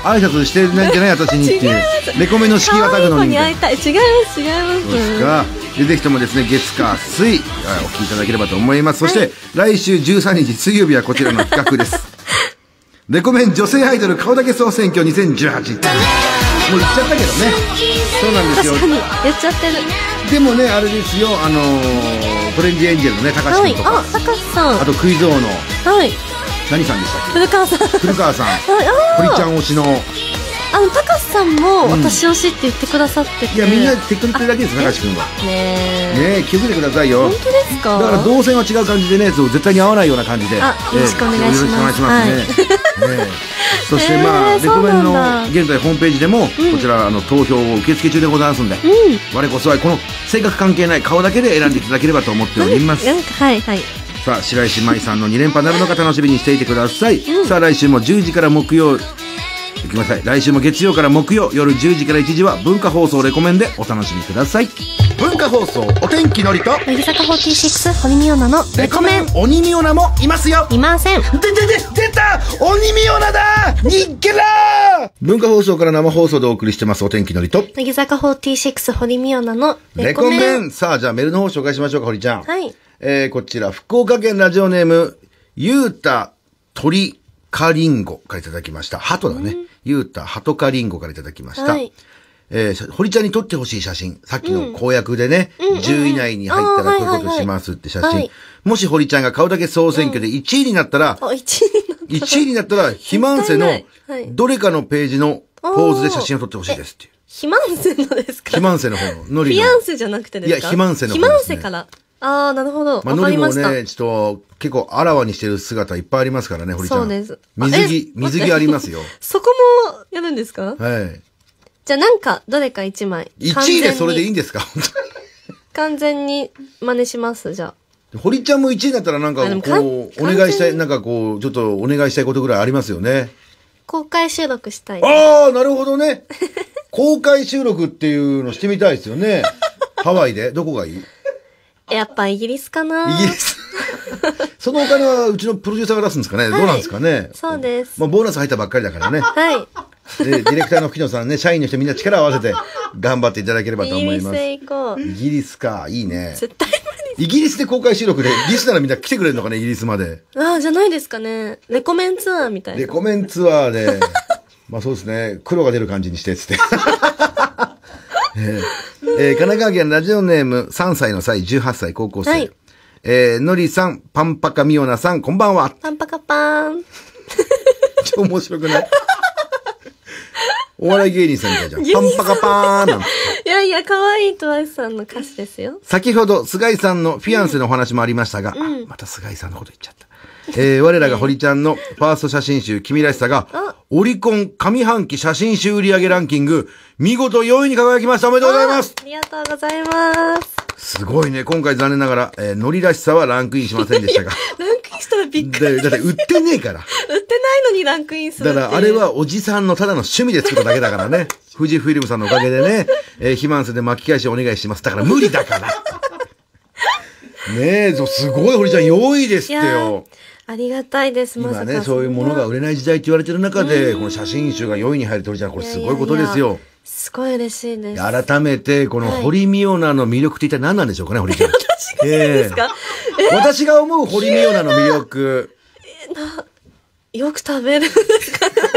[SPEAKER 1] 挨拶してないんじゃない私にってい
[SPEAKER 2] 違いう
[SPEAKER 1] レコメンの敷居が
[SPEAKER 2] 可
[SPEAKER 1] た
[SPEAKER 2] 愛
[SPEAKER 1] ぐ
[SPEAKER 2] い
[SPEAKER 1] の
[SPEAKER 2] 子
[SPEAKER 1] にみ
[SPEAKER 2] に
[SPEAKER 1] たいな
[SPEAKER 2] 会いたい違います違います
[SPEAKER 1] そうですか。でぜひともですね、月火水、あお聞きいただければと思います。そして、来週13日水曜日はこちらの企画です。 レコメン女性アイドル顔だけ総選挙2018。もう言っちゃったけどね。そうなんですよ
[SPEAKER 2] 確。かに言っちゃってる
[SPEAKER 1] でもね、あれですよ、あのー、トレンディエンジェルのね、高橋
[SPEAKER 2] は
[SPEAKER 1] 君
[SPEAKER 2] い
[SPEAKER 1] とか、
[SPEAKER 2] あ高橋さん
[SPEAKER 1] あとクイズ王の、
[SPEAKER 2] はい
[SPEAKER 1] 何さんでしたっ
[SPEAKER 2] 古川さんはい
[SPEAKER 1] け古川さん、
[SPEAKER 2] あ
[SPEAKER 1] 堀ちゃ
[SPEAKER 2] ん
[SPEAKER 1] ん推しの、
[SPEAKER 2] あの高橋さんも私推しって言ってくださってて
[SPEAKER 1] いや、みんなテクニックだけです、高橋君は。
[SPEAKER 2] ねえ
[SPEAKER 1] ねえ、気をつけてくださいよ。
[SPEAKER 2] 本当ですか
[SPEAKER 1] だから動線は違う感じでね、そう絶対に合わないような感じで。
[SPEAKER 2] あよろしくお願いしま
[SPEAKER 1] ええ
[SPEAKER 2] す
[SPEAKER 1] よろしくお 願いしますね。ねえそしてまあ、
[SPEAKER 2] へえ
[SPEAKER 1] レコメン
[SPEAKER 2] そうな
[SPEAKER 1] の
[SPEAKER 2] んだ
[SPEAKER 1] 現在ホームページでも、こちらあの投票を受付中でございますんで、我こそはこの性格関係ない顔だけで選んでいただければと思っております。
[SPEAKER 2] なんかはいはい
[SPEAKER 1] さあ白石麻衣さんの2連覇なるのか楽しみにしていてください、さあ来週も10時から木曜ごめんなさい来週も月曜から木曜夜10時から1時は文化放送レコメンでお楽しみください文化放送お天気のりと
[SPEAKER 2] 乃木坂46堀美央奈のレコメン
[SPEAKER 1] 鬼ミオナもいますよ
[SPEAKER 2] いません
[SPEAKER 1] ででで出た鬼ミオナだにっけら文化放送から生放送でお送りしてますお天気のりと
[SPEAKER 2] 乃木坂46堀美央奈の
[SPEAKER 1] レ
[SPEAKER 2] レ
[SPEAKER 1] コ
[SPEAKER 2] コメン
[SPEAKER 1] メンさあじゃあメールの方紹介しましょうか堀ちゃん
[SPEAKER 2] はい
[SPEAKER 1] えーこちら福岡県ラジオネームゆうた鳥かりんごからいただきました鳩だねゆうた鳩かりんごからいただきました、
[SPEAKER 2] はい
[SPEAKER 1] えー、堀ちゃんに撮ってほしい写真。さっきの公約でね、10位以内に入ったらこういうことしますって写
[SPEAKER 2] はいはいは
[SPEAKER 1] 真
[SPEAKER 2] い。
[SPEAKER 1] もし堀ちゃんが顔だけ総選挙で1位になったら、
[SPEAKER 2] あ、1位になった。
[SPEAKER 1] 1位になったら、肥満世の
[SPEAKER 2] 絶対ないはい
[SPEAKER 1] どれかのページのポーズで写真を撮ってほしいですっていう。
[SPEAKER 2] 肥満性のですか
[SPEAKER 1] 肥満世の方の、ノ
[SPEAKER 2] フ
[SPEAKER 1] リ
[SPEAKER 2] ィ
[SPEAKER 1] の。
[SPEAKER 2] アンセじゃなくてですか
[SPEAKER 1] いや肥満世の方ですね
[SPEAKER 2] 肥満世から。ああ、なるほど。わ、
[SPEAKER 1] まあ、ノ
[SPEAKER 2] か
[SPEAKER 1] リ
[SPEAKER 2] り
[SPEAKER 1] も
[SPEAKER 2] ました。
[SPEAKER 1] ね、ちょっと、結構あらわにしてる姿いっぱいありますからね、堀ちゃん。
[SPEAKER 2] そうですあ
[SPEAKER 1] 水
[SPEAKER 2] え
[SPEAKER 1] 着、水
[SPEAKER 2] 待っ
[SPEAKER 1] 着
[SPEAKER 2] て
[SPEAKER 1] あり ますよ。
[SPEAKER 2] そこもやるんですか
[SPEAKER 1] はい。
[SPEAKER 2] じゃあなんか、どれか1枚。
[SPEAKER 1] 1位でそれでいい
[SPEAKER 2] い
[SPEAKER 1] んですか本
[SPEAKER 2] 完全に真似します、じゃあ。
[SPEAKER 1] 当に堀ちゃんも1位だったらなんか
[SPEAKER 2] あでもかん
[SPEAKER 1] こう、お願いした
[SPEAKER 2] 完全
[SPEAKER 1] い、
[SPEAKER 2] に
[SPEAKER 1] なんかこう、ちょっとお願いしたいことぐらいありますよ ね。
[SPEAKER 2] 公開収録したい。
[SPEAKER 1] ああ、なるほどね。公開収録っていうのしてみたいですよね。ハワイでどこがいいイ
[SPEAKER 2] やっぱイギリスかな
[SPEAKER 1] ギリ ス。そのお金はうちのプロデューサーが出すんですかね、どうなんですかね
[SPEAKER 2] そうです。
[SPEAKER 1] まあ、ボーナス入ったばっかりだからね。
[SPEAKER 2] はい。
[SPEAKER 1] で、ディレクターの吹野さんね、社員の人みんな力を合わせて頑張っていただければ
[SPEAKER 2] イ
[SPEAKER 1] と
[SPEAKER 2] ギ
[SPEAKER 1] 思い
[SPEAKER 2] リス
[SPEAKER 1] ます。
[SPEAKER 2] へ行こう。
[SPEAKER 1] イギリスか、いいね。
[SPEAKER 2] 絶対
[SPEAKER 1] イギリスで公開収録で、リスナーのみんな来てくれるのかね、イギリスまで。
[SPEAKER 2] 無理。ああ、じゃないですかね。レコメンツアーみたい
[SPEAKER 1] レ
[SPEAKER 2] な。
[SPEAKER 1] コメンツアーで、まあそうですね、黒が出る感じにして、つっ て。えーえー神奈川県ラジオネーム3歳の際、18歳高校生。
[SPEAKER 2] はい
[SPEAKER 1] えーのりさん、パンパカミオナさん、こんばんは。
[SPEAKER 2] パンパカパーン。
[SPEAKER 1] 超面白くないお笑い芸人さんみたいじゃん。パンパカパーンなんて
[SPEAKER 2] いやいや、可愛いトワイスさんの歌詞ですよ。
[SPEAKER 1] 先ほど、菅井さんのフィアンセのお話もありましたが、あまた菅井さんのこと言っちゃった。えー、我らが堀ちゃんのファースト写真集、君らしさが、オリコン上半期写真集売上ランキング、見事4位に輝きました。おめでとうございます
[SPEAKER 2] ありがとうございます。
[SPEAKER 1] すごいね。今回残念ながら、えー、ノリらしさはランクインしませんでした が。
[SPEAKER 2] ランクインしたらびっくり。
[SPEAKER 1] だだって売ってねえから。
[SPEAKER 2] 売ってないのにランクインする
[SPEAKER 1] だ
[SPEAKER 2] って
[SPEAKER 1] か
[SPEAKER 2] いう。
[SPEAKER 1] らあれはおじさんのただの趣味で作っただけだから ね。富士フィルムさんのおかげでね、えー、肥満数で巻き返しお願いします。だから無理だ から。ねえ、そうすごい、堀ちゃん、4位ですって
[SPEAKER 2] いやー
[SPEAKER 1] よ。
[SPEAKER 2] ありがたいです、まさ
[SPEAKER 1] 今
[SPEAKER 2] か。
[SPEAKER 1] ね、そういうものが売れない時代って言われてる中で、この写真集が4位に入るとりちゃん、これすごいことです
[SPEAKER 2] やや
[SPEAKER 1] よ
[SPEAKER 2] いや。すごい嬉しいです。
[SPEAKER 1] 改めて、この
[SPEAKER 2] はい
[SPEAKER 1] 堀美央奈の魅力って一体何なんでしょうかね、堀 ちゃん。私が
[SPEAKER 2] ですか
[SPEAKER 1] 私が思う堀美央奈の魅力、
[SPEAKER 2] よく食べるんですか よくわか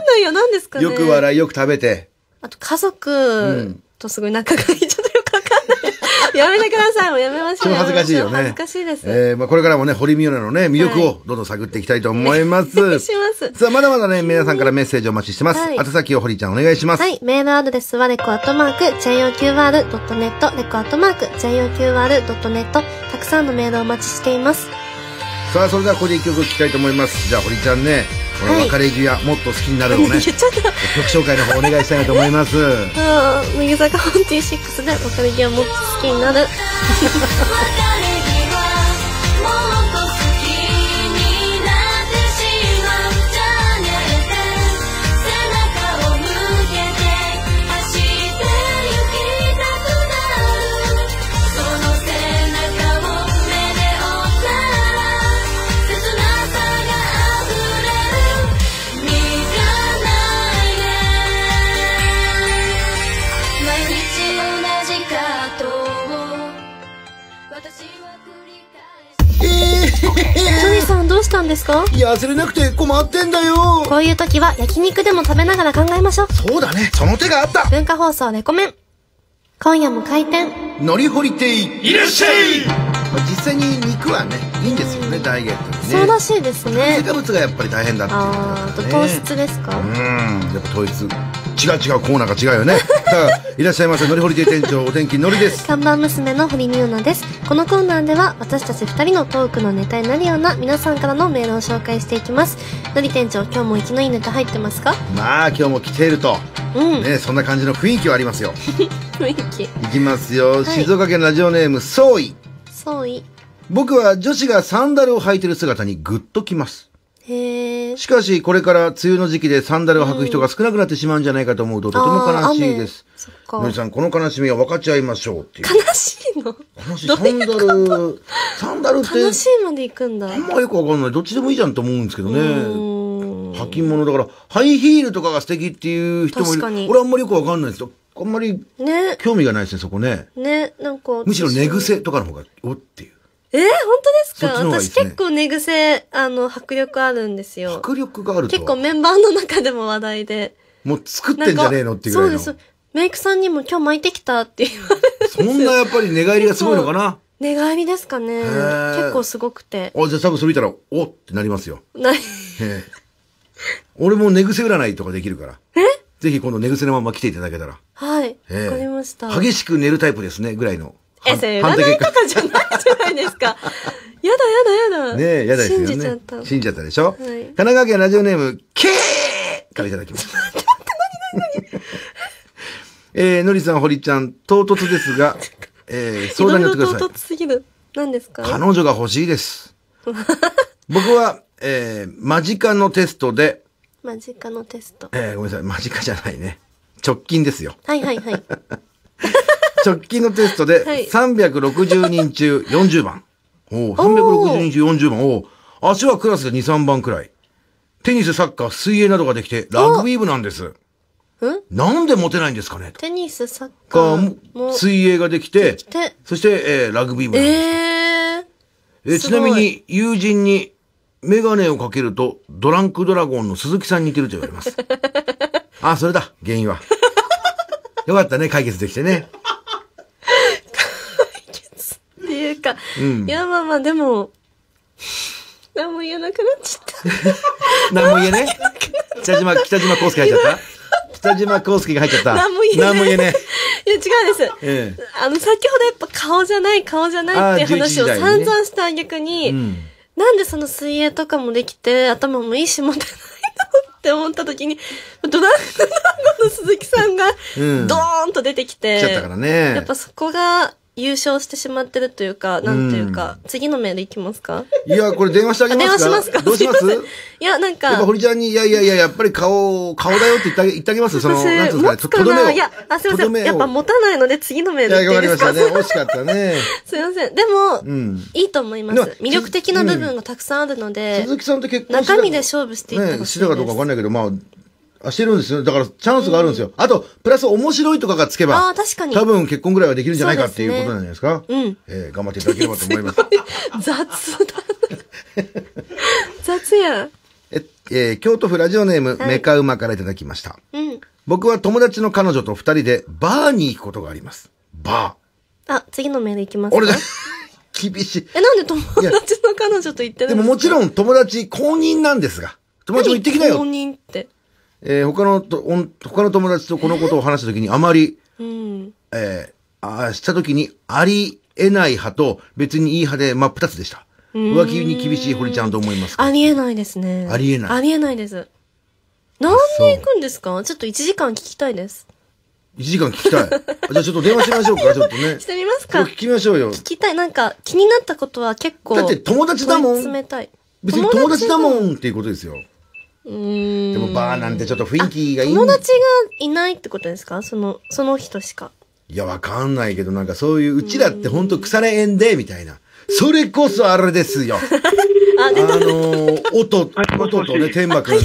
[SPEAKER 2] んないよ、何ですかね。
[SPEAKER 1] よく笑い、よく食べて、
[SPEAKER 2] あと家族とすごい仲がいい。ちょっとよくわかんない。やめてください。もうやめまし
[SPEAKER 1] ち
[SPEAKER 2] ょ
[SPEAKER 1] ょ
[SPEAKER 2] う。
[SPEAKER 1] っと恥ずかしいよね。
[SPEAKER 2] やめましょう恥ずかしいです。
[SPEAKER 1] えーまあ、これからもね、堀美央奈のね、魅力をどんどん探っていきたいと思い ます。
[SPEAKER 2] お願いします。
[SPEAKER 1] さあ、まだまだね、皆さんからメッセージお待ちしてます。
[SPEAKER 2] はい
[SPEAKER 1] 宛先を堀ちゃんお願いします。
[SPEAKER 2] はい。メールアドレスはレコアットマーク、joqr.net、レコアットマーク、joqr.net。たくさんのメールをお待ちしています。
[SPEAKER 1] さあ、それではここで一曲聴きたいと思います。じゃあ、堀ちゃんね、この
[SPEAKER 2] はい
[SPEAKER 1] 別れ際、もっと好きになるを
[SPEAKER 2] 言っ
[SPEAKER 1] ね、
[SPEAKER 2] ちゃ
[SPEAKER 1] 曲
[SPEAKER 2] った。
[SPEAKER 1] 紹介の方お願いしたいなと思います。
[SPEAKER 2] ああ、乃木坂46で別れ際もっと好きになる。
[SPEAKER 4] 別れ際もっと好きになってしまうじゃねえか背中を向けて走って行きたくなるその背中を目で追ったら切なさが溢れる逃がないで毎日同じカートを私は繰り返し
[SPEAKER 1] え
[SPEAKER 2] トミさんどうしたんですか
[SPEAKER 1] ー、いや、忘れなくて困ってんだよ。
[SPEAKER 2] こういう時は焼肉でも食べながら考えましょう。
[SPEAKER 1] そうだね、その手があった。
[SPEAKER 2] 文化放送レコメン。今夜も開店。
[SPEAKER 1] のりほりていらっしゃい実際に肉はね、いいんですよね、ダイエットにね。
[SPEAKER 2] そうらしいです
[SPEAKER 1] 炭
[SPEAKER 2] ね
[SPEAKER 1] 水。化物がやっぱり大変だっていうこと
[SPEAKER 2] ああ、あと
[SPEAKER 1] だから
[SPEAKER 2] 糖
[SPEAKER 1] ね
[SPEAKER 2] 質ですか、
[SPEAKER 1] うーん、やっぱ統一。違う違う、コーナーが違うよね。 さあ、いらっしゃいませ、のりほり亭店長、お天気のりです。
[SPEAKER 2] 看板娘の堀美央奈です。このコーナーでは私たち二人のトークのネタになるような皆さんからのメールを紹介していきます。のり店長、今日も生きのいいネタ入ってますか
[SPEAKER 1] まあ、今日も来ていると。
[SPEAKER 2] うん。
[SPEAKER 1] ね、そんな感じの雰囲気はありますよ。
[SPEAKER 2] 雰囲
[SPEAKER 1] いきますよ。静岡県ラジオネーム、ソーイ。
[SPEAKER 2] 気。そうい。
[SPEAKER 1] 僕は女子がサンダルを履いてる姿にグッときます。
[SPEAKER 2] へえ。
[SPEAKER 1] しかし、これから梅雨の時期でサンダルを履く人が少なくなってしまうんじゃないかと思うと、とても悲しいです。
[SPEAKER 2] あー。雨
[SPEAKER 1] のり
[SPEAKER 2] そっか。
[SPEAKER 1] さん、この悲しみは分かち合いましょうっていう。
[SPEAKER 2] 悲しいの
[SPEAKER 1] 悲しい。サンダル、サンダルって、
[SPEAKER 2] 悲しいまで行くんだ。
[SPEAKER 1] あんまよくわかんない。どっちでもいいじゃんと思うんですけど
[SPEAKER 2] う
[SPEAKER 1] ね。
[SPEAKER 2] ーん
[SPEAKER 1] 履き物だから、ハイヒールとかが素敵っていう人もい
[SPEAKER 2] 確かに
[SPEAKER 1] る。俺あんまりよくわかんないですよ。あんまり
[SPEAKER 2] ね、
[SPEAKER 1] 興味がないですね、そこね。
[SPEAKER 2] ね、なんか。
[SPEAKER 1] むしろ寝。癖とかの方が、おっていう。
[SPEAKER 2] えー、本当です
[SPEAKER 1] そっ
[SPEAKER 2] か
[SPEAKER 1] ちの方がいいです
[SPEAKER 2] 私
[SPEAKER 1] ね
[SPEAKER 2] 結構寝癖、あの、迫力あるんですよ。
[SPEAKER 1] 迫力があると。
[SPEAKER 2] 結構メンバーの中でも話題で。
[SPEAKER 1] もう作ってんじゃねえのっていうぐらいの。
[SPEAKER 2] そ
[SPEAKER 1] そ
[SPEAKER 2] うです。メイクさんにも今日巻いてきたって言われて
[SPEAKER 1] んなやっぱり寝返りがすごいのかな。
[SPEAKER 2] 寝返りですかね。
[SPEAKER 1] ー
[SPEAKER 2] 結構すごくて。
[SPEAKER 1] あ、じゃあ多分それ見たら、おってなりますよ。
[SPEAKER 2] ない。
[SPEAKER 1] ええ俺も寝癖占いとかできるから。ぜひ今度寝癖のまま来ていただけたら。
[SPEAKER 2] はい。わ、
[SPEAKER 1] ええ
[SPEAKER 2] かりました。
[SPEAKER 1] 激しく寝るタイプですね、ぐらいの。
[SPEAKER 2] え、
[SPEAKER 1] は
[SPEAKER 2] それ
[SPEAKER 1] 判定
[SPEAKER 2] 占いと
[SPEAKER 1] 結
[SPEAKER 2] かじゃないじゃないです か。やだやだやだ。
[SPEAKER 1] 果ねえ、やだですよね。
[SPEAKER 2] 信じちゃった。
[SPEAKER 1] 信じちゃったでしょ、
[SPEAKER 2] い
[SPEAKER 1] 神奈川県ラジオネーム、けーからいただきます。 えー、のりさん、堀ちゃん、唐突ですが、 えー、相談に乗ってくださ
[SPEAKER 2] い
[SPEAKER 1] い
[SPEAKER 2] ろいろ。唐突すぎる。何ですか
[SPEAKER 1] 彼女が欲しい です。僕は、えー、間近のテストで、
[SPEAKER 2] 間近のテスト。
[SPEAKER 1] えー、ごめんなさい、間近じゃないね。直近ですよ。
[SPEAKER 2] はいはいはい。
[SPEAKER 1] 直近のテスト
[SPEAKER 2] は
[SPEAKER 1] で
[SPEAKER 2] い
[SPEAKER 1] 360人中40番。おお、360人中40番。おお、足はクラスで2、3番くらい。テニス、サッカー、水泳などができて、ラグビー部なんです。
[SPEAKER 2] うん
[SPEAKER 1] なんでモテないんですかねと
[SPEAKER 2] テニス、サッカ
[SPEAKER 1] か
[SPEAKER 2] ーも。
[SPEAKER 1] 水泳ができて
[SPEAKER 2] きて、
[SPEAKER 1] そして、えーラグビー部なんです。
[SPEAKER 2] えー。
[SPEAKER 1] えー
[SPEAKER 2] す
[SPEAKER 1] ち
[SPEAKER 2] ご
[SPEAKER 1] ないみに、友人に、メガネをかけると、ドランクドラゴンの鈴木さんに似てると言われ ます。あ、それだ、原因は。よかったね、解決できてね。
[SPEAKER 2] っていうか、いやまあまあでも、何も言えなくなっちゃっ
[SPEAKER 1] 何も言えね北島、北島康介入っちゃった北島康介が入っちゃった。
[SPEAKER 2] 何も言えない
[SPEAKER 1] 何も言えね
[SPEAKER 2] た。 いや違うんです。
[SPEAKER 1] ええ
[SPEAKER 2] あの、先ほどやっぱ顔じゃない、顔じゃないっていう話を
[SPEAKER 1] あー11時台
[SPEAKER 2] 散
[SPEAKER 1] にね
[SPEAKER 2] 々した逆に、
[SPEAKER 1] ん
[SPEAKER 2] なんでその水泳とかもできて、頭もいいし持てないのって思った時に、ドラドラゴンの鈴木さんが、
[SPEAKER 1] うん
[SPEAKER 2] ドーンと出てきて、
[SPEAKER 1] 来ちゃったからね
[SPEAKER 2] やっぱそこが優勝してしまってるというか、なんというか、次のメールいきますか
[SPEAKER 1] いや、これ電話してあげ
[SPEAKER 2] あ
[SPEAKER 1] ま
[SPEAKER 2] 電話
[SPEAKER 1] す
[SPEAKER 2] し
[SPEAKER 1] か
[SPEAKER 2] ますか
[SPEAKER 1] どうします
[SPEAKER 2] いませんいや、なんか。
[SPEAKER 1] やっぱ堀ちゃんに、いやいやいや、やっぱり顔、顔だよって言ってあげ言ってあげますその、
[SPEAKER 2] 私
[SPEAKER 1] なんつうんで
[SPEAKER 2] 持
[SPEAKER 1] す
[SPEAKER 2] つ
[SPEAKER 1] かね、
[SPEAKER 2] か
[SPEAKER 1] ととどめを。
[SPEAKER 2] ないや、あ、すいませ
[SPEAKER 1] とど
[SPEAKER 2] ん。
[SPEAKER 1] めを
[SPEAKER 2] やっぱ持たないので次のメー
[SPEAKER 1] い
[SPEAKER 2] ル
[SPEAKER 1] や、
[SPEAKER 2] 言っ
[SPEAKER 1] わ
[SPEAKER 2] て
[SPEAKER 1] か
[SPEAKER 2] いい
[SPEAKER 1] り
[SPEAKER 2] で
[SPEAKER 1] ますし
[SPEAKER 2] か
[SPEAKER 1] たね。惜しかったね。
[SPEAKER 2] すいません。でも、
[SPEAKER 1] ん
[SPEAKER 2] いいと思います
[SPEAKER 1] でも。
[SPEAKER 2] 魅力的な部分がたくさんあるので、
[SPEAKER 1] 鈴木さんと結婚
[SPEAKER 2] 中身で勝負していって
[SPEAKER 1] ね
[SPEAKER 2] ほし
[SPEAKER 1] し
[SPEAKER 2] い
[SPEAKER 1] て
[SPEAKER 2] で
[SPEAKER 1] た
[SPEAKER 2] す。
[SPEAKER 1] かどうかわかんないけど、まあ、あ、してるんですよ。だから、チャンスがあるんですよ。あと、プラス面白いとかがつけば、
[SPEAKER 2] あー確かに
[SPEAKER 1] 多分結婚ぐらいはできるんじゃないかっていう
[SPEAKER 2] そう
[SPEAKER 1] こ
[SPEAKER 2] です
[SPEAKER 1] と
[SPEAKER 2] ね
[SPEAKER 1] なんじゃないですか。
[SPEAKER 2] うん
[SPEAKER 1] えー頑張っていただければと思います。
[SPEAKER 2] 雑だな。雑やん。
[SPEAKER 1] え、えー京都府ラジオネーム、メカウマからいただきました。
[SPEAKER 2] うん。
[SPEAKER 1] 僕は友達の彼女と二人でバーに行くことがあります。バ
[SPEAKER 2] あ、次のメールいきま
[SPEAKER 1] ー。
[SPEAKER 2] す
[SPEAKER 1] 俺だ
[SPEAKER 2] か。、
[SPEAKER 1] 厳しい。
[SPEAKER 2] え、なんで友達の彼女と言って
[SPEAKER 1] で
[SPEAKER 2] るん
[SPEAKER 1] も
[SPEAKER 2] ですか
[SPEAKER 1] もちろ
[SPEAKER 2] ん、
[SPEAKER 1] ん友達公認なんですが、友達も行ってきな
[SPEAKER 2] 公
[SPEAKER 1] よ。
[SPEAKER 2] 認って。
[SPEAKER 1] えー他のと、おん他の友達とこのことを話したときにあまり、
[SPEAKER 2] うん。
[SPEAKER 1] えーあーしたときにありえない派と別にいい派で真っ二つでした。浮気に厳しい堀ちゃんと思いますか
[SPEAKER 2] ありえないですね。
[SPEAKER 1] ありえない
[SPEAKER 2] ありえないです。なんで行くんですかちょっと1時間聞きたいです。
[SPEAKER 1] 1時間聞きたい。あじゃあちょっと電話しましょう か、ちょっとね。
[SPEAKER 2] してみます
[SPEAKER 1] これ
[SPEAKER 2] か
[SPEAKER 1] 聞きましょうよ。
[SPEAKER 2] 聞きたい。なんか、気になったことは結構。
[SPEAKER 1] だって友達だもん
[SPEAKER 2] 問い詰めたい。
[SPEAKER 1] 別に友達だ
[SPEAKER 2] ん。
[SPEAKER 1] もんっていうことですよ。
[SPEAKER 2] うーん。
[SPEAKER 1] でもバーなんてちょっと雰囲気がいいん
[SPEAKER 2] 友達がいないってことですかその、その人しか。
[SPEAKER 1] いや、わかんないけど、なんかそういう、うちらってほんと腐れ縁で、みたいな。それこそあれですよ。
[SPEAKER 2] あ、
[SPEAKER 1] あ
[SPEAKER 2] で、
[SPEAKER 1] のー、音、
[SPEAKER 3] もし
[SPEAKER 1] 音
[SPEAKER 3] もし
[SPEAKER 1] とね、天幕。ちょ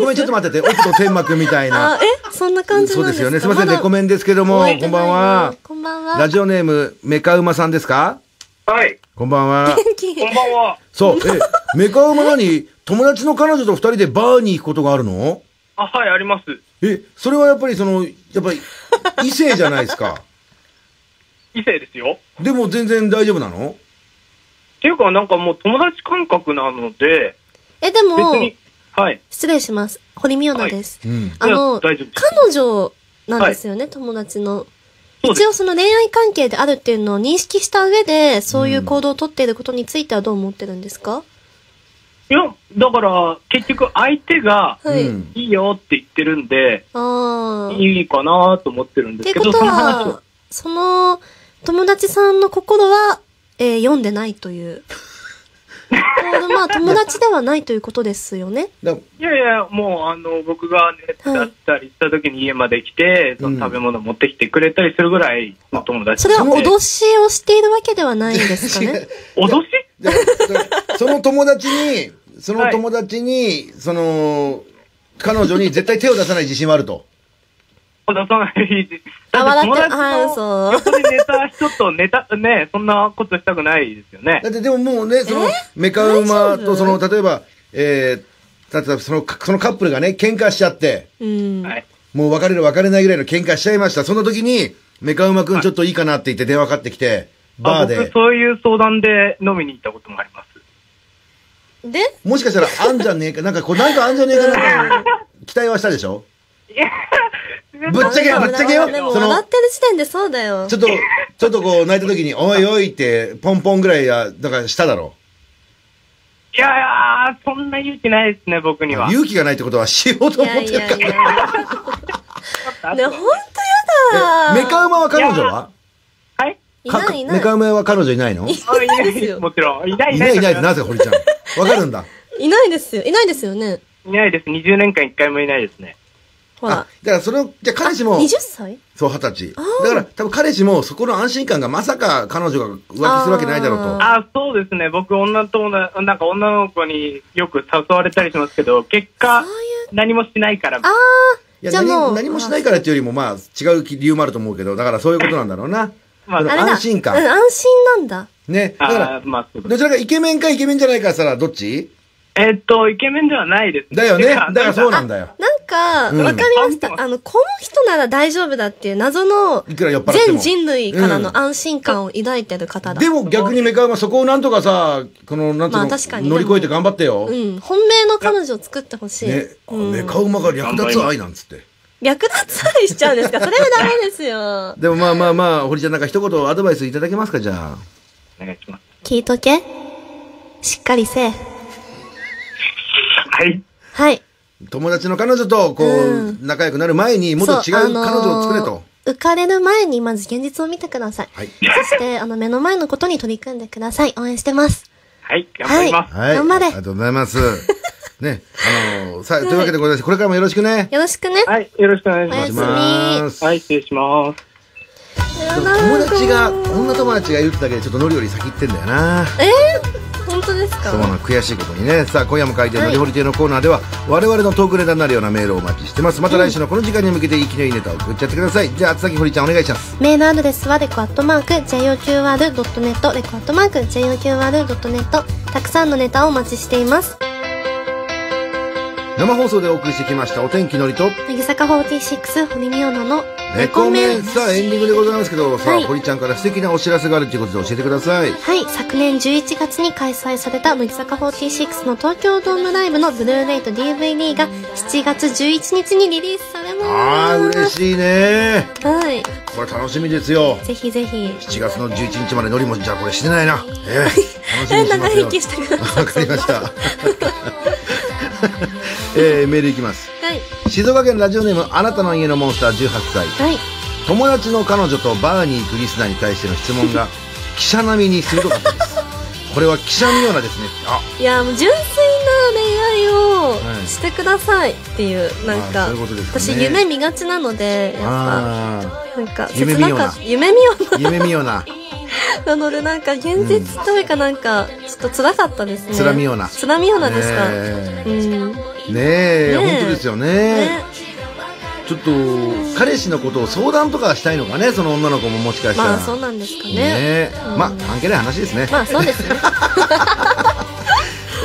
[SPEAKER 1] ごめん、ちょっと待ってて、音と天幕みたいな
[SPEAKER 2] あ。、えそんな感じ
[SPEAKER 1] そう
[SPEAKER 2] なん
[SPEAKER 1] です
[SPEAKER 2] ですか
[SPEAKER 1] よね。すいません、レコメ
[SPEAKER 2] ン
[SPEAKER 1] ンですけども、こんばんは。
[SPEAKER 2] こんばん
[SPEAKER 1] ラ
[SPEAKER 2] は。
[SPEAKER 1] ジオネーム、メカウマさんですか
[SPEAKER 3] はい、
[SPEAKER 1] こんばんは。
[SPEAKER 2] 元気
[SPEAKER 3] こんばんは。
[SPEAKER 1] そう、え、メカウマ何友達の彼女と二人でバーに行くことがあるの
[SPEAKER 3] あ、はい、あります。
[SPEAKER 1] え、それはやっぱりその、やっぱり、異性じゃないですか。
[SPEAKER 3] 異性ですよ。
[SPEAKER 1] でも全然大丈夫なの
[SPEAKER 3] っていうか、なんかもう友達感覚なので、
[SPEAKER 2] え、で
[SPEAKER 3] 別
[SPEAKER 2] も、
[SPEAKER 3] に、はい。
[SPEAKER 2] 失礼します。堀美央奈です。
[SPEAKER 1] うん。
[SPEAKER 2] あの、
[SPEAKER 3] いや大丈夫です
[SPEAKER 2] 彼女なんですよね、友達の。
[SPEAKER 3] そうです
[SPEAKER 2] 一応その恋愛関係であるっていうのを認識した上で、そういう行動をとっていることについてはどう思ってるんですか、
[SPEAKER 3] いや、だから、結局相手が、
[SPEAKER 2] はい。
[SPEAKER 1] うん
[SPEAKER 3] いいよって言ってるんで、
[SPEAKER 2] ああ。っ
[SPEAKER 3] いいかなと思ってるんで
[SPEAKER 2] てい
[SPEAKER 3] す
[SPEAKER 2] う
[SPEAKER 3] け
[SPEAKER 2] こと
[SPEAKER 3] ど、その話を
[SPEAKER 2] は、その、友達さんの心は、えー読んでない という。なるほどまあ、友達ではないということですよね。
[SPEAKER 1] だ
[SPEAKER 3] いやいや、もう、あの、僕がネタしたりした時に家まで来て、その食べ物持ってきてくれたりするぐらいの友達
[SPEAKER 2] それは
[SPEAKER 3] なんで
[SPEAKER 2] 脅しをしているわけではないんですか
[SPEAKER 1] 違
[SPEAKER 2] ね
[SPEAKER 1] う。
[SPEAKER 3] 脅し
[SPEAKER 1] だからその友達に、その友達に、その、彼女に絶対手を出さない自信はあると。
[SPEAKER 3] 出さないし。
[SPEAKER 2] あ
[SPEAKER 3] だって
[SPEAKER 2] 笑っ
[SPEAKER 3] 友
[SPEAKER 2] て
[SPEAKER 3] 達
[SPEAKER 2] あーそう
[SPEAKER 3] の横でネタ、ちょっとネタ、ね、そんなことしたくないですよね
[SPEAKER 1] だ。ってでももうね、その、メカウマとその、例えば、えー、例えばその、そのカップルがね、喧嘩しちゃって、
[SPEAKER 2] うん。
[SPEAKER 3] はい。
[SPEAKER 1] もう別れる別れないぐらいの喧嘩しちゃいました。その時に、メカウマくんちょっといいかなって言って電話かかってきて、バー
[SPEAKER 3] あ僕
[SPEAKER 1] で、
[SPEAKER 3] そういう相談で飲みに行ったこともあります。
[SPEAKER 2] で
[SPEAKER 1] もしかしたらあんじゃねえか、なんかこう、なんかあんじゃねえかなって、期待はしたでしょ
[SPEAKER 3] いや、
[SPEAKER 1] ぶっちゃけ、ぶっちゃけよ
[SPEAKER 2] でも
[SPEAKER 1] その
[SPEAKER 2] 笑ってる時点でそうだよ。
[SPEAKER 1] ちょっと、ちょっとこう泣いた時に、おいおいって、ポンポンぐらいは、だからしただろ
[SPEAKER 3] いやいや、そんな勇気ないですね、僕に
[SPEAKER 1] う。
[SPEAKER 3] は。
[SPEAKER 1] 勇気がないってことはしようと思って
[SPEAKER 2] い
[SPEAKER 1] るか
[SPEAKER 2] や
[SPEAKER 1] ら。
[SPEAKER 2] いやいや。ね、ほんとやだ
[SPEAKER 1] メカウマは彼女は
[SPEAKER 3] はい
[SPEAKER 2] い
[SPEAKER 1] か
[SPEAKER 2] ないいない
[SPEAKER 1] メ。カウマは彼女いないのい
[SPEAKER 3] あい
[SPEAKER 2] な
[SPEAKER 3] ないい
[SPEAKER 2] ですよ
[SPEAKER 3] もちろん。いないいな
[SPEAKER 1] ないいいないってなぜ堀ちゃん。わかるんだ。
[SPEAKER 2] いないですよ。いないですよね。
[SPEAKER 3] いないです。20年間1回もいないですね。
[SPEAKER 2] ほ
[SPEAKER 1] あ、だ
[SPEAKER 2] ら
[SPEAKER 1] か。らそれを、じゃあ彼氏も、
[SPEAKER 2] 20歳
[SPEAKER 1] そう、二十歳。
[SPEAKER 2] あー
[SPEAKER 1] だから多分彼氏もそこの安心感がまさか彼女が浮気するわけないだろうと。
[SPEAKER 2] あ
[SPEAKER 3] あそうですね。僕、女友達、なんか女の子によく誘われたりしますけど、結
[SPEAKER 2] ああい
[SPEAKER 3] 果
[SPEAKER 2] う、。
[SPEAKER 3] 何もしないから、
[SPEAKER 2] あ
[SPEAKER 1] い
[SPEAKER 2] あ。
[SPEAKER 1] や
[SPEAKER 2] じゃあ
[SPEAKER 1] 何
[SPEAKER 2] もう。
[SPEAKER 1] 何もしないからっていうよりもまあ違う理由もあると思うけど、だからそういうことなんだろうな。
[SPEAKER 3] まあ
[SPEAKER 1] あの
[SPEAKER 2] あれだ
[SPEAKER 1] 安心
[SPEAKER 2] うん、
[SPEAKER 1] 感。
[SPEAKER 2] 安心なんだ。
[SPEAKER 1] ね。だから
[SPEAKER 3] あー、まあ、そうです
[SPEAKER 1] どちらかイケメンかイケメンじゃないかしたらどっち
[SPEAKER 3] えーっと、イケメンではないです。
[SPEAKER 1] だよね。
[SPEAKER 3] て
[SPEAKER 1] だからそうな
[SPEAKER 3] なん
[SPEAKER 1] んだよ。
[SPEAKER 2] なんか、わか
[SPEAKER 1] うん
[SPEAKER 2] りました。あの、この人なら大丈夫だっていう謎の、
[SPEAKER 1] いくら酔っ払っても
[SPEAKER 2] 全人類からの安心感を抱いてる方だ。
[SPEAKER 1] でも逆にメカウマそこをなんとかさ、この、なんつうの、
[SPEAKER 2] まあ確かに
[SPEAKER 1] 乗り越えて頑張ってよ。
[SPEAKER 2] うん。本命の彼女を作ってほしい。
[SPEAKER 1] ね、あ
[SPEAKER 2] うん、
[SPEAKER 1] メカウマが略奪愛なんつって。
[SPEAKER 2] 略奪愛しちゃうんですかそれはダメですよ。
[SPEAKER 1] でもまあまあまあ、堀ちゃんなんか一言アドバイスいただけますか、じゃあ。
[SPEAKER 3] お願いします。
[SPEAKER 2] 聞いとけ。しっかりせえ。
[SPEAKER 3] はい。
[SPEAKER 2] はい。
[SPEAKER 1] 友達の彼女と、こう、
[SPEAKER 2] うん
[SPEAKER 1] 仲良くなる前に、もっと違う
[SPEAKER 2] そ
[SPEAKER 1] 彼女を作れと。。
[SPEAKER 2] あのー浮かれる前にまず現実を見てください。
[SPEAKER 1] はい。
[SPEAKER 2] そして、あの、目の前のことに取り組んでください。応援してます。
[SPEAKER 3] はい、頑張ります。
[SPEAKER 1] はい。
[SPEAKER 2] 頑張れ
[SPEAKER 1] ありがとうござい ます。ね、あのーさあ、というわけでございます。これからもよろしくね。
[SPEAKER 2] よろしくね。
[SPEAKER 3] はい、よろしくお願い
[SPEAKER 1] お
[SPEAKER 3] しま
[SPEAKER 1] 願いし
[SPEAKER 2] おや
[SPEAKER 3] す。
[SPEAKER 2] すみ
[SPEAKER 1] ます。
[SPEAKER 3] はい、失礼します。
[SPEAKER 1] でも友達が、女友達がいるってだけで、ちょっとノリより先行ってんだよな。
[SPEAKER 2] 本当です
[SPEAKER 1] そうな
[SPEAKER 2] か
[SPEAKER 1] の悔しいことにねさあ今夜も回転
[SPEAKER 2] はい
[SPEAKER 1] のりほり亭のコーナーでは、我々のトークネタになるようなメールをお待ちしてますまた来週のこの時間に向けて息のいいネタを送っちゃってくださいじゃあ厚崎堀ちゃんお願いします
[SPEAKER 2] メールアドレスはレコアットマーク JOQR.net レコアットマーク JOQR.net たくさんのネタをお待ちしています
[SPEAKER 1] 生放送でお送りしてきましたお天気のりと
[SPEAKER 2] 乃木坂46堀美央奈の
[SPEAKER 1] レコメンさあエンディングでございますけどさあ、
[SPEAKER 2] はい
[SPEAKER 1] 堀ちゃんから素敵なお知らせがあるということで教えてください
[SPEAKER 2] はい昨年11月に開催された乃木坂46の東京ドームライブのブルーレイと DVD が7月11日にリリースされます
[SPEAKER 1] ああ嬉しいね
[SPEAKER 2] はい
[SPEAKER 1] これ楽しみですよ
[SPEAKER 2] ぜひぜひ
[SPEAKER 1] 7月の11日までのりもじゃあこれしてないなええ楽しみ
[SPEAKER 2] え
[SPEAKER 1] にしてますよ
[SPEAKER 2] 長生きしてください
[SPEAKER 1] わかりました えー、メールいきます
[SPEAKER 2] はい
[SPEAKER 1] 静岡県ラジオネームあなたの家のモンスター18歳
[SPEAKER 2] はい
[SPEAKER 1] 友達の彼女とバーに行くリスナーに対しての質問 が記者並みに鋭かったですこれは記者のようなですねあ
[SPEAKER 2] いやもう純粋な恋愛
[SPEAKER 1] は
[SPEAKER 2] を
[SPEAKER 1] い
[SPEAKER 2] してくださいっていう、なん
[SPEAKER 1] あ
[SPEAKER 2] か
[SPEAKER 1] そういうことですね
[SPEAKER 2] 私夢見がちなのでやっ
[SPEAKER 1] あ
[SPEAKER 2] ぱなんか
[SPEAKER 1] 夢
[SPEAKER 2] 切
[SPEAKER 1] 見
[SPEAKER 2] な
[SPEAKER 1] よう
[SPEAKER 2] か
[SPEAKER 1] な
[SPEAKER 2] った夢見よう
[SPEAKER 1] ー夢見ような
[SPEAKER 2] ななのでなんか現実というかなんかちょっと辛かったですね
[SPEAKER 1] 辛みような
[SPEAKER 2] 辛みようなでした、
[SPEAKER 1] ね
[SPEAKER 2] うんね
[SPEAKER 1] えねえ
[SPEAKER 2] ねえ
[SPEAKER 1] 本当ですよねちょっと彼氏のことを相談とかしたいのかねその女の子ももしかしたら
[SPEAKER 2] まあそうなんですか
[SPEAKER 1] ね
[SPEAKER 2] ね
[SPEAKER 1] え
[SPEAKER 2] うん
[SPEAKER 1] まあ関係ない話ですね
[SPEAKER 2] まあそうです ね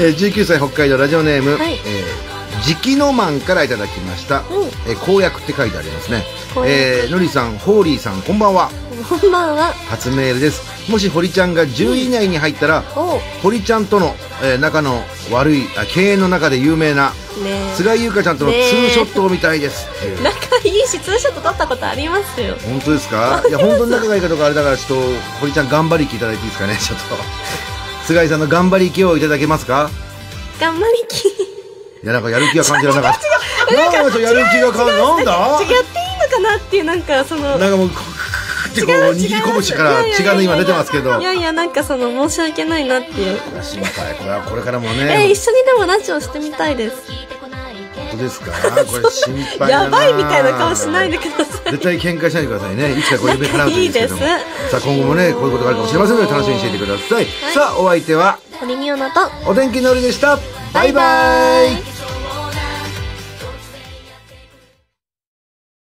[SPEAKER 1] えー19歳北海道ラジオネーム、
[SPEAKER 2] はい
[SPEAKER 1] えー直のマンからいただきました、
[SPEAKER 2] うん
[SPEAKER 1] えー公約って書いてありますね
[SPEAKER 2] 公約
[SPEAKER 1] えーのりさんホーリーさんこんばんは
[SPEAKER 2] こんばんは
[SPEAKER 1] 初メールですもし堀ちゃんが10位以内に入ったら、
[SPEAKER 2] おう
[SPEAKER 1] 堀ちゃんとの、えー仲の悪いあ経営の中で有名な
[SPEAKER 2] ね
[SPEAKER 1] 菅井優香ちゃんとのツーショットを見たいです、えー
[SPEAKER 2] 仲いいしツーショット撮ったことありますよ
[SPEAKER 1] 本当ですかいや本当に仲がいいかとかあれだからちょっと堀ちゃん頑張りきいただいていいですかねちょっと菅井さんの頑張り気をいただけますか
[SPEAKER 2] 頑張りき
[SPEAKER 1] いやなんかやる気が感じられなかった。なんかちょっとやる気が感じなんだ。
[SPEAKER 2] 違っていいのかなっていうなんかその
[SPEAKER 1] なんかもうクーってこう握り拳から血がね今出てますけど。
[SPEAKER 2] いやいやなんかその申し訳ないなっていう
[SPEAKER 1] 心配これはこれからも
[SPEAKER 2] え
[SPEAKER 1] ね
[SPEAKER 2] 一。緒にでもラジオしてみたいです
[SPEAKER 1] 本当ですか。これ心配だな。
[SPEAKER 2] やばいみたいな顔しないでください
[SPEAKER 1] 絶対喧嘩しないでくださいね。いつかこういう目払うといいですけども。
[SPEAKER 2] いいです
[SPEAKER 1] さあ今後もねこういうことがあるかもしれませんので楽しみにしていてください。さあお相手は
[SPEAKER 2] 堀美央奈と
[SPEAKER 1] お天気のりでした。バイバイ。
[SPEAKER 2] イ